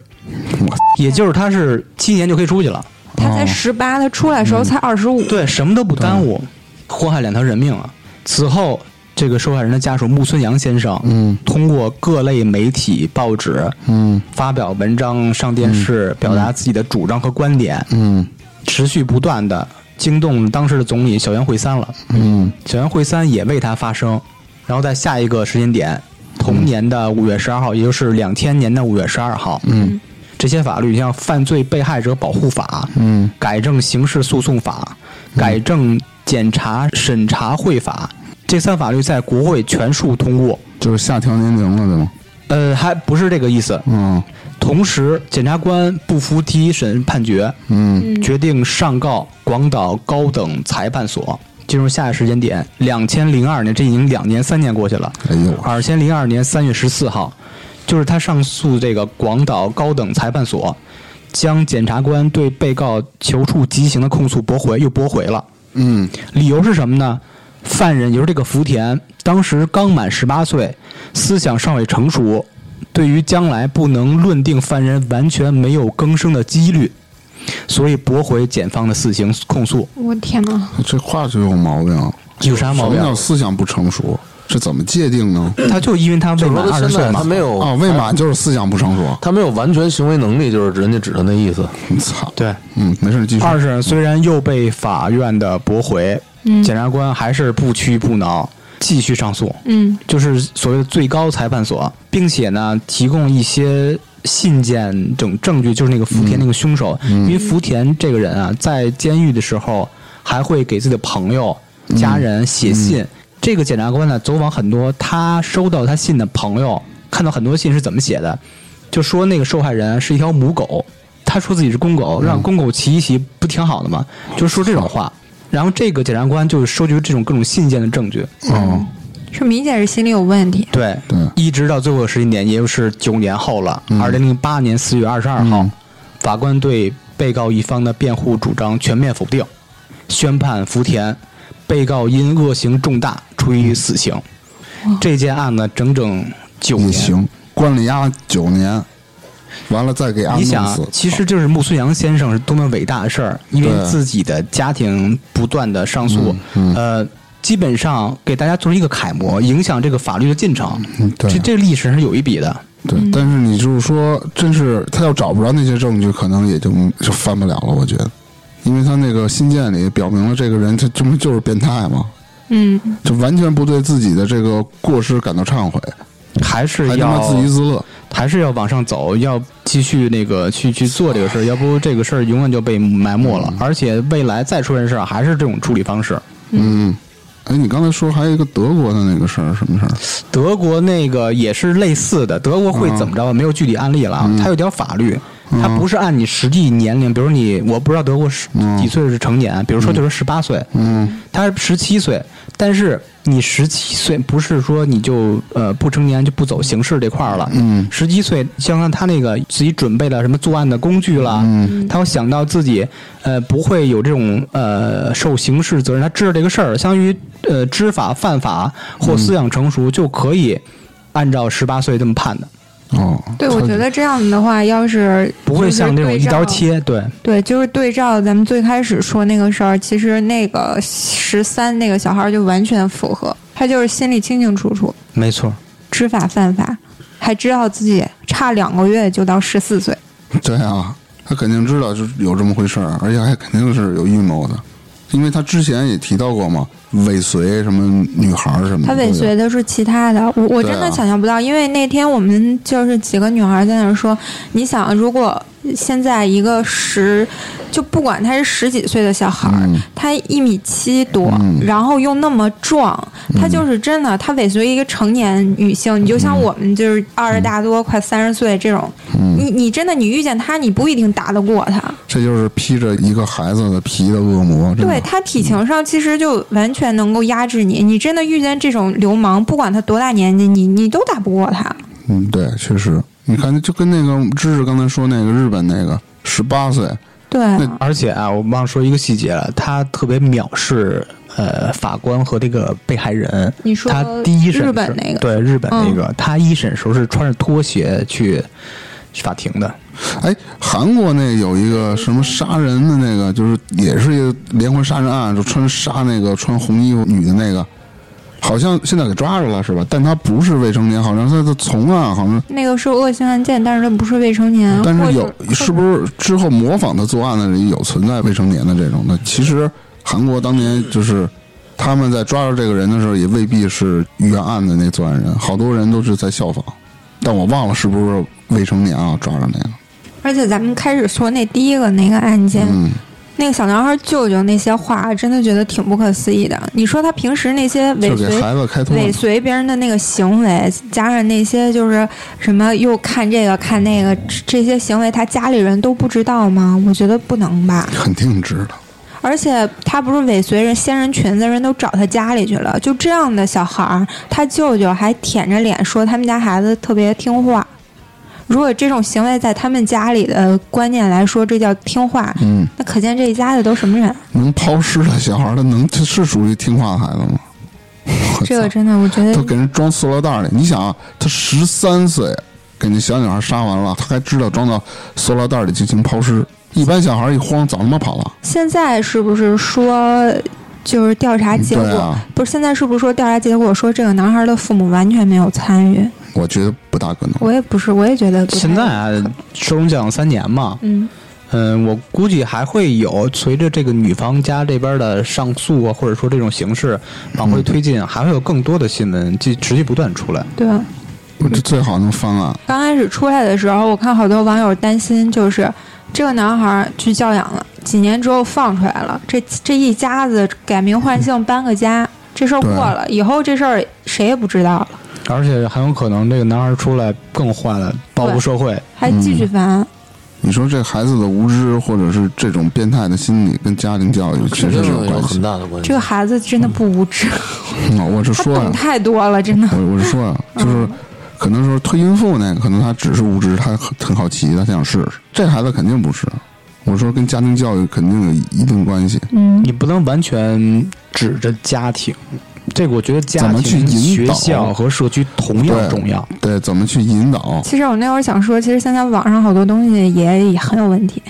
也就是他是七年就可以出去了，他哦才十八，他出来的嗯时候才二十五。对，什么都不耽误，祸害两条人命啊。此后，这个受害人的家属木村阳先生，嗯通过各类媒体、报纸嗯发表文章、上电视，表达自己的主张和观点，嗯持续不断的惊动当时的总理小渊惠三了。嗯小渊惠三也为他发声，然后在下一个时间点，嗯同年的五月十二号，也就是两千年的五月十二号，嗯这些法律像《犯罪被害者保护法》、嗯改正刑事诉讼法、改正检察审查会法，这三法律在国会全数通过。就是下调年龄了，对吗？呃，还不是这个意思。嗯同时，检察官不服第一审判决，嗯决定上告广岛高等裁判所。进入下一时间点，两千零二年，这已经两年三年过去了。哎呦二千零二年三月十四号，就是他上诉这个广岛高等裁判所，将检察官对被告求处极刑的控诉驳回，又驳回了。嗯理由是什么呢？犯人，也就是这个福田，当时刚满十八岁，思想尚未成熟，对于将来不能论定犯人完全没有更生的几率，所以驳回检方的死刑控诉。我天哪！这话就有毛病。有啥毛病什么叫思想不成熟？是怎么界定呢？他就因为他未就是说满他二十现岁在他嘛，没有啊，未满就是思想不成熟。他没有完全行为能力，就是人家指的那意思。操！对，嗯，没事，继续。二审虽然又被法院的驳回，检察官还是不屈不挠，继续上诉。嗯就是所谓的最高裁判所，并且呢，提供一些信件证证据，就是那个福田那个凶手，因为福田这个人啊，在监狱的时候还会给自己的朋友、家人写信。这个检察官呢，走访很多他收到他信的朋友，看到很多信是怎么写的，就说那个受害人是一条母狗，他说自己是公狗，让公狗骑一骑不挺好的吗？就说这种话。然后这个检察官就收集这种各种信件的证据，哦，是明显是心理有问题。对对一直到最后的时间点，也就是九年后了，二零零八年四月二十二号，嗯法官对被告一方的辩护主张全面否定，宣判福田被告因恶行重大，处以死刑。嗯这件案呢，整整九也年。行，关了丫九年，完了再给丫你弄想啊死。，其实就是穆孙阳先生是多么伟大的事儿，因为对自己的家庭不断的上诉，嗯呃，基本上给大家做成一个楷模，影响这个法律的进程。嗯对这这历史上是有一笔的。对，但是你就是说，真是他要找不着那些证据，可能也就就翻不了了。我觉得，因为他那个信件里表明了这个人，他这不就是变态吗？嗯，就完全不对自己的这个过失感到忏悔，还是还他要妈自娱自乐。还是要往上走，要继续那个去去做这个事儿，要不这个事儿永远就被埋没了。而且未来再出现事儿，还是这种处理方式。嗯，哎，你刚才说还有一个德国的那个事儿，什么事儿？德国那个也是类似的，德国会怎么着啊？没有具体案例了嗯啊，它有条法律，它不是按你实际年龄，比如你我不知道德国是几岁是成年，比如说就是十八岁，嗯他是十七岁，但是你十七岁不是说你就呃不成年就不走刑事这块儿了。嗯十七岁，像他那个自己准备了什么作案的工具啦，他要想到自己呃不会有这种呃受刑事责任，他知道这个事儿，相当于呃知法犯法或思想成熟就可以按照十八岁这么判的，哦，对，他我觉得这样的话，要是不会像那这种一刀。切。对，对，就是对照咱们最开始说那个事儿，其实那个十三那个小孩儿就完全符合，他就是心里清清楚楚，没错。知法犯法，还知道自己差两个月就到十四岁。对啊，他肯定知道就是有这么回事儿，而且还肯定是有预谋的，因为他之前也提到过嘛，尾随什么女孩儿什么的，他尾随的是其他的，我我真对啊的想象不到，因为那天我们就是几个女孩在那儿说，你想如果现在一个十，就不管他是十几岁的小孩儿，嗯他一米七多，然后又那么壮，嗯他就是真的，他尾随一个成年女性，你就嗯像我们就是二十大多快三十岁这种，你你真的你遇见他，你不一定打得过他，这就是披着一个孩子的皮的恶魔。真的对他体情上其实就完全能够压制你，你真的遇见这种流氓，不管他多大年纪，你你都打不过他。嗯，对，确实，你看，就跟那个芝芝刚才说那个日本那个十八岁，对，而且啊，我忘说一个细节了，他特别藐视呃法官和这个被害人。你说他第一审日本时候那个嗯对日本那个，他一审时候是穿着拖鞋去法庭的。哎，韩国那有一个什么杀人的那个，就是也是一个连环杀人案，就穿杀那个穿红衣服女的那个，好像现在给抓住了是吧？但她不是未成年，好像她的从案好像，那个是恶性案件，但是他不是未成年，但或是者有是不是之后模仿她作案的人有存在未成年的这种的？其实韩国当年就是。他们在抓住这个人的时候，也未必是原案的那作案人，好多人都是在效仿，但我忘了是不是未成年啊抓着那个。而且咱们开始说那第一个那个案件，嗯，那个小男孩舅舅那些话，真的觉得挺不可思议的。你说他平时那些尾就给随孩子开脱了。尾随别人的那个行为，加上那些就是什么又看这个看那个这这些行为，他家里人都不知道吗？我觉得不能吧。肯定知道。而且他不是尾随人掀人裙子，人都找他家里去了。就这样的小孩儿，他舅舅还舔着脸说他们家孩子特别听话。如果这种行为在他们家里的观念来说，这叫听话，嗯，那可见这一家子都什么人？能抛尸的小孩，他能他是属于听话的孩子吗？ *laughs* 我这个操真的，我觉他得给人装塑料袋里，你想啊，他十三岁给那小女孩杀完了，他还知道装到塑料袋里进行抛尸。一般小孩一慌，早他妈跑了。现在是不是说就是调查结对果？啊，不是，现在是不是说调查结果说这个男孩的父母完全没有参与？我觉得不大可能。我也不是，我也觉得不太现在啊，收容教养三年嘛，嗯。嗯，我估计还会有随着这个女方家这边的上诉啊，或者说这种形式往回推进，还会有更多的新闻继持续不断出来。对，啊我这最好能翻案。刚开始出来的时候，我看好多网友担心，就是这个男孩去教养了，几年之后放出来了，这这一家子改名换姓搬个家，这事儿过对了，以后这事儿谁也不知道了，而且很有可能这个男孩出来更坏了，报复社会。还继嗯续翻案。你说这孩子的无知，或者是这种变态的心理，跟家庭教育确实肯定是有有关很系。大的关系。这个孩子真的不无知，嗯我是他说呀懂，嗯太多了，真的我。我是说呀，就是可能说推孕妇那个，可能他只是无知，他很很好奇，他想试试。这孩子肯定不是，我说跟家庭教育肯定有一定关系。嗯，你不能完全指着家庭，这个我觉得家怎么去庭、引学导嗯校和社区同样重要。对，怎么去引导？其实我那会儿想说，其实现在网上好多东西也也很有问题。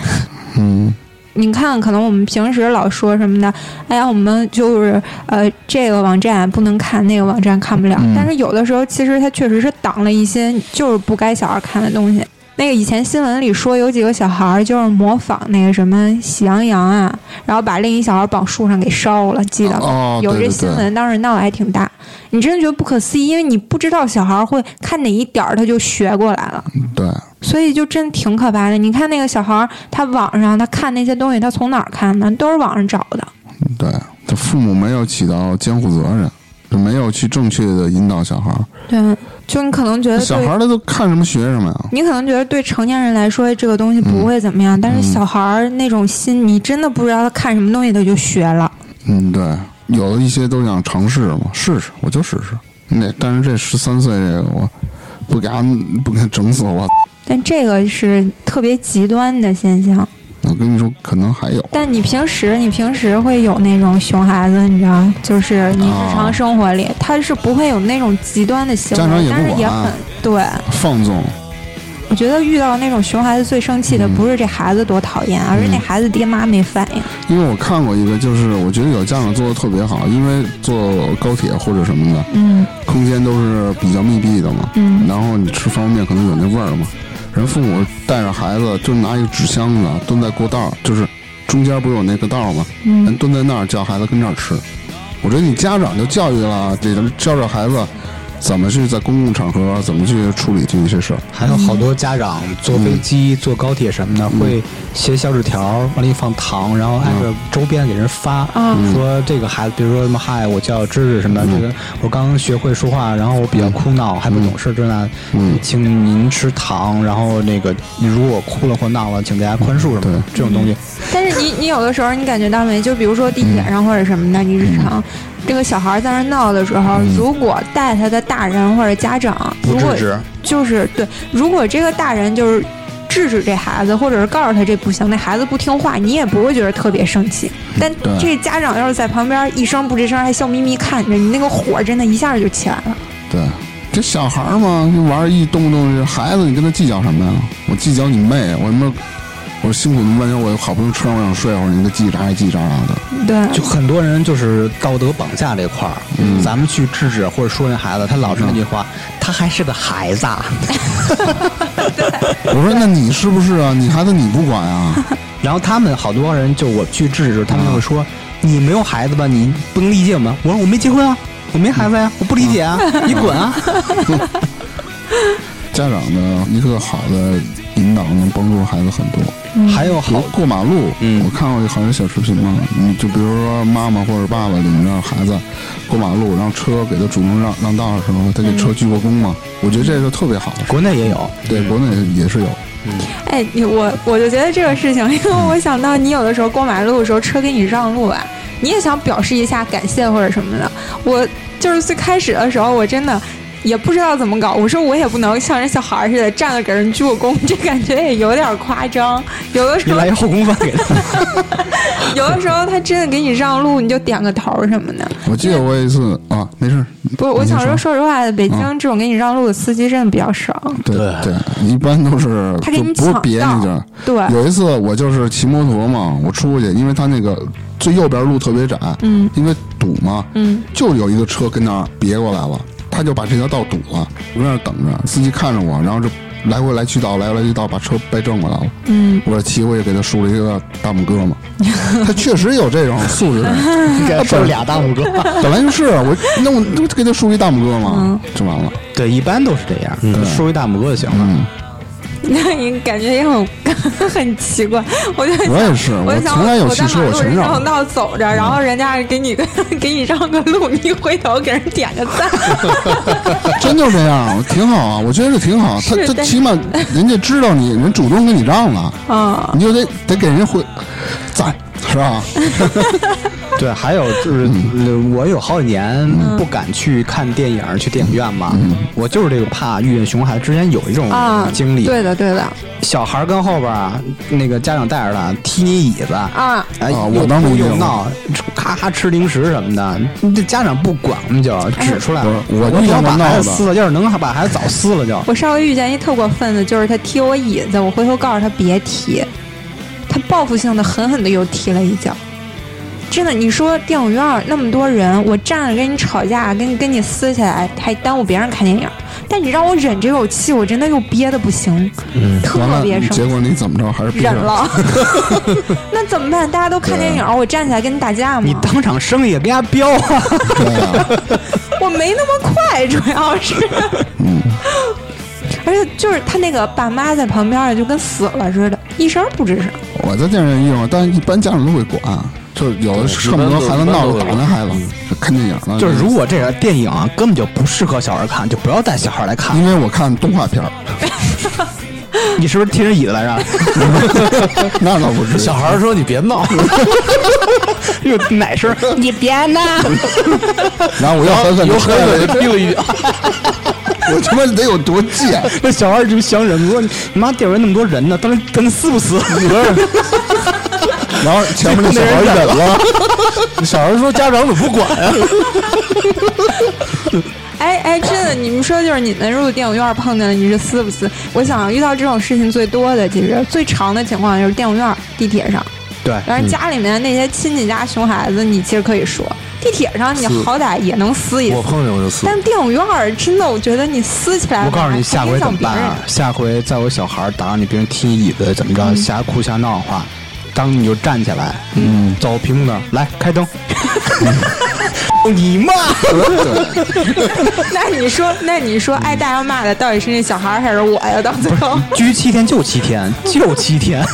嗯， *laughs* 你看，可能我们平时老说什么的，哎呀，我们就是呃，这个网站不能看，那个网站看不了。嗯但是有的时候，其实它确实是挡了一些就是不该小孩看的东西。那个以前新闻里说，有几个小孩儿就是模仿那个什么喜羊羊啊，然后把另一小孩绑树上给烧了，记得吗？哦，有对这对新对，闻，当时闹得还挺大。你真的觉得不可思议，因为你不知道小孩儿会看哪一点儿，他就学过来了。对，所以就真挺可怕的。你看那个小孩儿，他网上他看那些东西，他从哪儿看的？都是网上找的。对，他父母没有起到监护责任，就没有去正确的引导小孩儿。对，就你可能觉得小孩呃对，儿他都看什么学什么呀？你可能觉得对成年人来说这个东西嗯不会怎么样，但是小孩儿那种心，你真的不知道他看什么东西，他就学了。嗯，对，有的一些都想尝试嘛，试试，我就试试。那但是这十三岁这个，我不给他不给他整死我，但这个是特别极端的现象。我跟你说，可能还有。但你平时，你平时会有那种熊孩子，你知道，就是你日常生活里，他是不会有那种极端的行家长为，也不但是也管啊很对。放纵，我觉得遇到那种熊孩子最生气的不是这孩子多讨厌，而是那孩子爹妈没反应。因为我看过一个，就是我觉得有家长做的特别好，因为坐高铁或者什么的，嗯空间都是比较密闭的嘛，嗯，然后你吃方便面可能有那味儿嘛，人父母带着孩子就拿一个纸箱子蹲在过道儿，就是中间不是有那个道儿吗？嗯人蹲在那儿叫孩子跟这儿吃，我觉得你家长就教育了，这教育孩子怎么去在公共场合怎么去处理这些事儿。还有好多家长坐飞机、坐高铁什么的，嗯会写小纸条儿，往里放糖，然后挨着周边给人发，嗯说这个孩子，比如说什么嗨，我叫芝芝什么的，嗯这个我刚刚学会说话，然后我比较哭闹，还不懂事，这那，嗯请您吃糖，然后那个你如果哭了或闹了，请大家宽恕什么的嗯对，这种东西。但是你你有的时候你感觉到没？就比如说地铁上或者什么的，你日嗯常这个小孩在那闹的时候，如果带他的大人或者家长，不如果制止就是对，如果这个大人就是。制止这孩子，或者是告诉他这不行，那孩子不听话，你也不会觉得特别生气。但这家长要是在旁边一声不吱声，还笑眯眯看着，你那个火真的一下就起来了。对，这小孩儿嘛，就玩儿一动不动就孩子，你跟他计较什么呀？我计较你妹，我他妈，我辛苦那么半天，我好不容易吃上，我想睡会儿，你给叽叽喳喳叽叽喳喳的。对，就很多人就是道德绑架这块儿，咱们去制止或者说那孩子，他老是那句话，他还是个孩子。啊我说那你是不是啊？你孩子你不管啊？ *laughs* 然后他们好多人就我去制止，他们就会说：“你没有孩子吧？你不能理解吗？”我说：“我没结婚啊，我没孩子呀、我不理解啊，你滚啊家长呢，一个好的引导能帮助孩子很多。！”还有比如好过马路，嗯我看过好像小视频嘛，你就比如说妈妈或者爸爸领着孩子过马路，让车给他主动让让道的时候，他给车鞠过躬嘛，我觉得这是特别好的事儿。国内也有，对，国内也是有，哎，你我我就觉得这个事情， *laughs* 因为我想到你有的时候过马路的时候，车给你让路啊，你也想表示一下感谢或者什么的。我就是最开始的时候，我真的也不知道怎么搞，我说我也不能像人小孩儿似的站着给人鞠个躬，这感觉也有点夸张。有的时你 *laughs* 候来一后宫饭给他。有的时候他真的给你让路，你就点个头什么的。我记得我有一次啊，没事儿，不是，我你先想说，说说实话，北京这种给你让路的司机真的比较少。对对对，一般都是他给就你不是抢别道那地儿。对， *laughs* 有一次我就是骑摩托嘛，我出去，因为他那个最右边路特别窄，嗯因为堵嘛，嗯，就有一个车跟那儿别过来了，他就把这条道堵了，我在那儿等着，司机看着我，然后就来回来去道，来回来去道，把车掰正过来了。嗯，我骑过去给他竖了一个大拇 *laughs* 哥嘛，他确实有这种素质， *laughs* 他说俩大拇哥，本来就是我，那我就给他竖一大拇哥嗯嘛，就完了。 *laughs* 对，一般都是这样，说一大拇哥就行了。嗯，那你 *laughs* 感觉也很很奇怪，我就 *laughs* 我也是，我我就想从来有我汽在车马我嗯路全绕让。道走着，然后人家给你个 *laughs* 给你让个路，你一回头给人点个 *laughs* 赞，真就这样，挺好啊，我觉得这挺好。他是他但 *laughs* 起码人家知道你，人主动跟你让了，啊，你就得得给人家回赞，*laughs* 是吧？ *laughs* 对，还有就是嗯呃我有好几年嗯不敢去看电影，去电影院嘛，嗯我就是这个怕遇见熊孩子。之前有一种啊，经历，对的，对的，小孩跟后边啊，那个家长带着他踢你椅子啊，哎，啊又我当时哭也又有闹，咔咔吃零食什么的，你这家长不管我们就哎指出来了。我我只要遇把孩到过闹子的撕了，要是能把孩子早撕了就。我上回遇见一特过分的，就是他踢我椅子，我回头告诉他别踢，他报复性的狠狠的又踢了一脚。真的，你说电影院儿那么多人，我站着跟你吵架，跟跟你撕起来，还耽误别人看电影。但你让我忍这口气，我真的又憋得不行，特嗯完了别，生气结。果你怎么着还是憋忍着。 *laughs* 了，那怎么办？大家都看电影，我站起来跟你打架 *laughs* 啊你吗？当场生一个跟人家飙啊！对啊，我没那么快，主要是。嗯 *laughs* 而且就是他那个爸妈在旁边就跟死了似的，一声不吱声。我在电影院遇上，但一般家长都会管，就有的对恨不得一般都孩子闹着打一般都会嗯那孩子，就看电影了。 *laughs* 就是如果这个电影啊，根本就不适合小孩看，就不要带小孩来看。 *laughs* 因为我看动画片 *laughs* 儿，你是不是踢人椅子来着？那倒不至于。小孩儿说：“你别 *laughs* 闹，又奶声，你别闹！然后我又狠狠有地狠踹了狠一的踢了一脚。我他妈得有多贱？那小孩就想忍不住，你妈电影院那么多人呢，当时咱们撕不撕？然后前面那小 *laughs* 孩忍了，小孩儿说：“家长怎么不管呀哎哎，真的，你们说就是你们入电影院碰见了，你是撕不撕？我想遇到这种事情最多的，其实最长的情况就是电影院、地铁上。 *laughs* 对，但是家里面那些亲戚家熊孩子，你其实可以说，地铁上你撕好歹也能撕一？”我撕。碰见我就撕但。是电影院儿真的，我觉得你撕起来，我告诉还你，下回影响怎么办别人 *laughs* 嗯啊？下回再有小孩打扰你，别人踢你椅子怎么着，瞎哭瞎闹的话，嗯 *laughs* 当你就站起来，嗯，走屏幕那儿来开灯，你妈！对，那你说，那你说挨大家骂的到底是那小孩儿还是我呀？到最后，拘七天就七天，就七 *laughs* 天，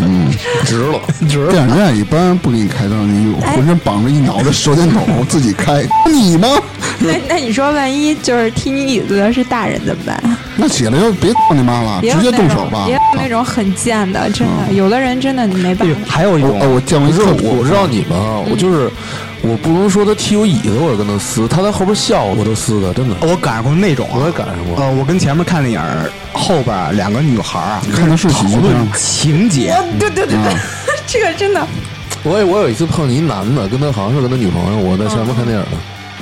嗯值 *laughs* 了，值 *laughs* 了。电影院一般不给你开灯，你哎浑身绑着一脑袋手电 *laughs* 筒自己开，你吗？那那你说，万一就是踢你椅子的是大人怎么办？啊那起来就别操你妈了，也直有接那动手种，吧也。有那种很贱的，真嗯的，有的人真的你没办法。哎还有一我种哦，我见过不一是特我不知道你们啊，我就是我不能说他踢我椅子，我也跟他撕，他在后边笑我都撕的，真的。我赶上过那种啊，我也赶上过呃，我跟前面看电影儿，后边儿两个女孩儿啊，看的是喜剧讨片论吗情节， *laughs* 对对对对，嗯这个真的，我也我有一次碰见一男的，跟他好像是跟他女朋友，我在前面看电影呢，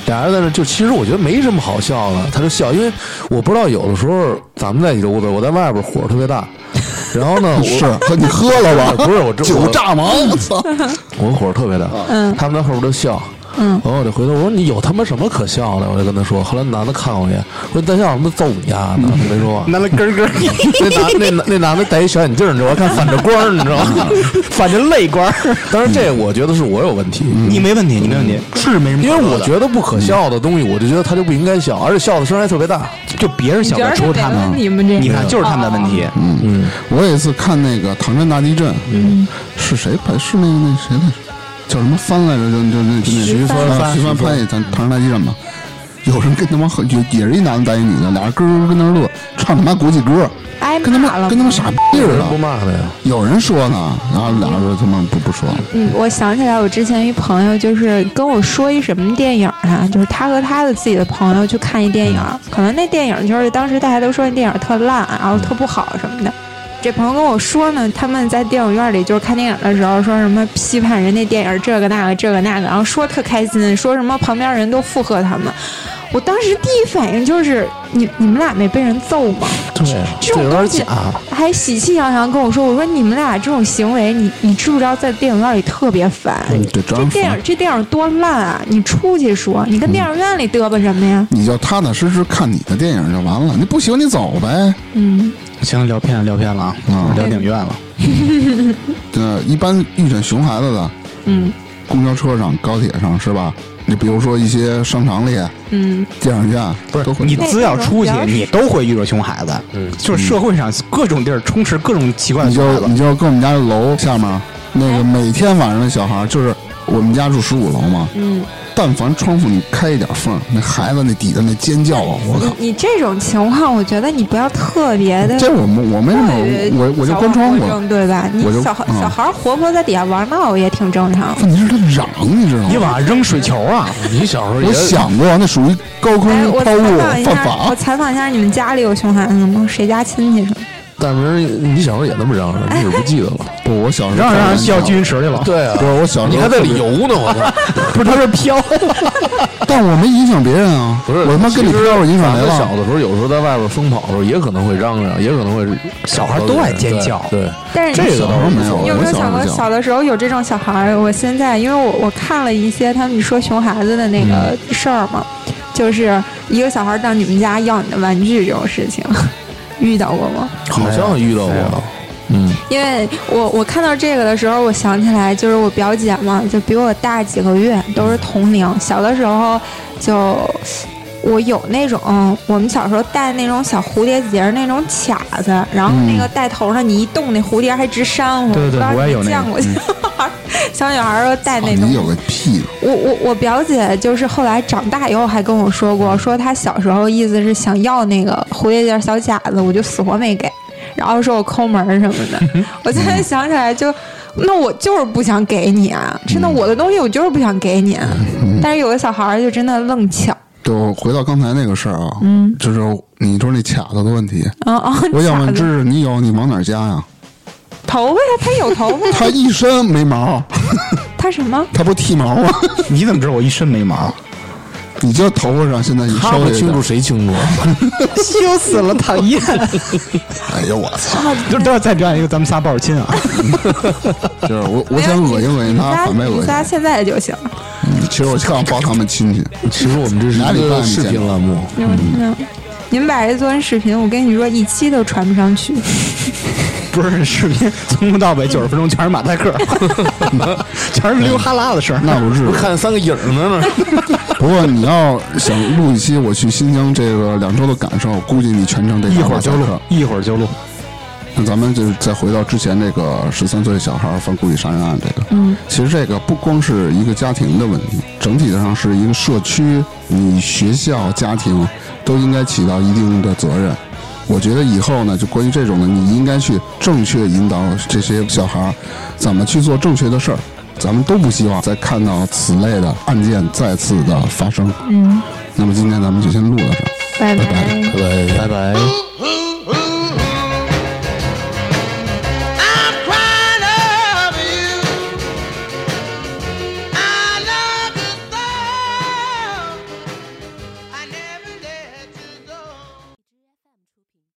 俩人在那就其实我觉得没什么好笑的，他就笑，因为我不知道有的时候咱们在一屋子，我在外边火特别大，然后呢我是喝你喝了吧？不是我这酒我炸嗯盲， *laughs* 操！我火特别大，他们在后边都笑。嗯，然后我就回头我说你有他妈什么可笑的？我就跟他说。后来男的看我一眼，我说你再笑什么揍你丫的！我没 *laughs* 说话。那了咯咯，那男那男那男的戴一小眼镜儿，你知道吗？看反着光儿，你知道吗？ *laughs* 反正泪光儿。嗯当然，这我觉得是我有问题， *laughs* 你没问题，你没问题，是没什么可因说的。为我觉得不可笑的东西，我就觉得他就不应该笑，而且笑的声还特别大。就别人想觉的，得除了他没问们，题吗？这个你看就是他们的问题。我有一次看那个唐山大地震，嗯是谁拍？是那个那谁来着？叫什么帆来着？就就那就那徐帆啊徐帆拍的咱唐山大地震嘛。有人跟他妈喝，也也是一男的带一女的，俩人咯咯跟那儿乐，唱他妈国际歌，挨跟他骂妈了，跟他妈傻。逼似有人不的。骂他呀？有人说呢，然后俩人说他妈不不说了。嗯，我想起来，我之前一朋友就是跟我说一什么电影啊，就是他和他的自己的朋友去看一电影，可能那电影就是当时大家都说那电影特烂，啊然后特不好什么的。这朋友跟我说呢，他们在电影院里就是看电影的时候，说什么批判人那电影这个那个这个那个，然后说特开心，说什么旁边人都附和他们。我当时第一反应就是，你你们俩没被人揍吗？对，这这种有点东西假。还喜气洋洋跟我说：“我说你们俩这种行为，你你知不知道在电影院里特别烦？嗯对这真烦嗯电影这电影多烂啊！你出去说，你跟电影院里嘚吧什么呀？你就踏踏实实看你的电影就完了，你不喜欢你走呗。嗯，行，聊偏了，聊偏了啊，嗯聊电影院了。对，一般遇见熊孩子的，嗯，公交车上、高铁上是吧？你比如说一些商场里，嗯，电影院不都是，会你有只要出去那，种你都会遇着熊孩子。嗯，就是社会上各种地儿充斥各种奇怪的你熊孩就子。你就跟我们家楼下面那个每天晚上的小孩儿，就是我们家住十五楼嘛，嗯，但凡窗户你开一点缝，那孩子那底下那尖叫啊，我靠！你你这种情况，我觉得你不要特别的。这”我们我没什么，我我就关窗户了。对吧？你我就小孩嗯小孩活泼在底下玩闹也挺正常。问题是它嚷，你知道你吗？往上扔水球啊？你小时候也我想过，那属于高空哎，我嗯抛采物访一犯下，我法。采访一下，你们家里有熊孩子吗？谁家亲戚什么？但是你小时候也那么嚷嚷，你只是不记得了。不，我小时候让让人笑掉军池里了。对啊不是我小时候你还在特里别游呢，我 *laughs* 操！ *laughs* 不是，他是 *laughs* 飘。但我没影响别人啊，不是，我他妈跟你其实飘着影响咱没们了小。的时候，有时候在外边疯跑的时候，也可能会嚷嚷，也可能会小孩都爱尖叫对，对但是你这个倒是没有。你有我没有小时想候过就有小的时候有这种小孩儿？我现在因为我我看了一些他们说熊孩子的那个事儿嘛，就是一个小孩儿到你们家要你的玩具这种事情， *laughs* 遇到过吗？好像遇到没过有，嗯，因为我我看到这个的时候，我想起来就是我表姐嘛，就比我大几个月，都是同龄。小的时候就我有那种我们小时候戴那种小蝴蝶结儿那种卡子，然后那个戴头上，你一动那蝴蝶还直扇我。对嗯对对不知道你我也有那个嗯见过小孩儿，小女孩儿都戴啊那种。你有个屁！我我我表姐就是后来长大以后还跟我说过，说她小时候意思是想要那个蝴蝶结小假子，我就死活没给，然后说我抠门儿什么的。 *laughs* 我现在想起来就，那我就是不想给你啊，真嗯的，我的东西我就是不想给你、啊。但是有的小孩儿就真的愣抢，就回到刚才那个事儿啊，嗯，就是你说那卡子的问题，啊啊！我想问卡知子识，你有你往哪儿加呀？头发呀，他有头发，他一身没毛，啊他什 *laughs* 么？他不是剃毛吗？你怎么知道我一身没毛？你就头发上现在你他稍微不有清楚点，谁清楚？羞死了，讨厌！哎呦我操！ *laughs* 就是待会儿再表演一个咱们仨抱着亲 *laughs* 啊！就是我我想恶心恶心你仨他，反被你恶心仨。现在就行。嗯其实我想抱他们亲戚，其实我们这是哪里 *laughs* 一办个你视见频过栏目，嗯，你们把这做成视频，我跟你说，一期都传不上去。不是视频从头到尾九十分钟全是马赛克， *laughs* 全是溜哈拉的事儿。那不至于我。看三个影儿呢那儿 *laughs* 不过你要想录一期我去新疆这个两周的感受，估计你全程得一打会马儿赛就录克。，一会儿就录。那咱们就是再回到之前这个十三岁小孩犯故意杀人案这个，嗯，其实这个不光是一个家庭的问题，整体上是一个社区、你学校、家庭都应该起到一定的责任。我觉得以后呢，就关于这种呢，你应该去正确引导这些小孩儿怎么去做正确的事儿。咱们都不希望再看到此类的案件再次的发生。嗯，那么今天咱们就先录到这儿。拜拜拜拜拜。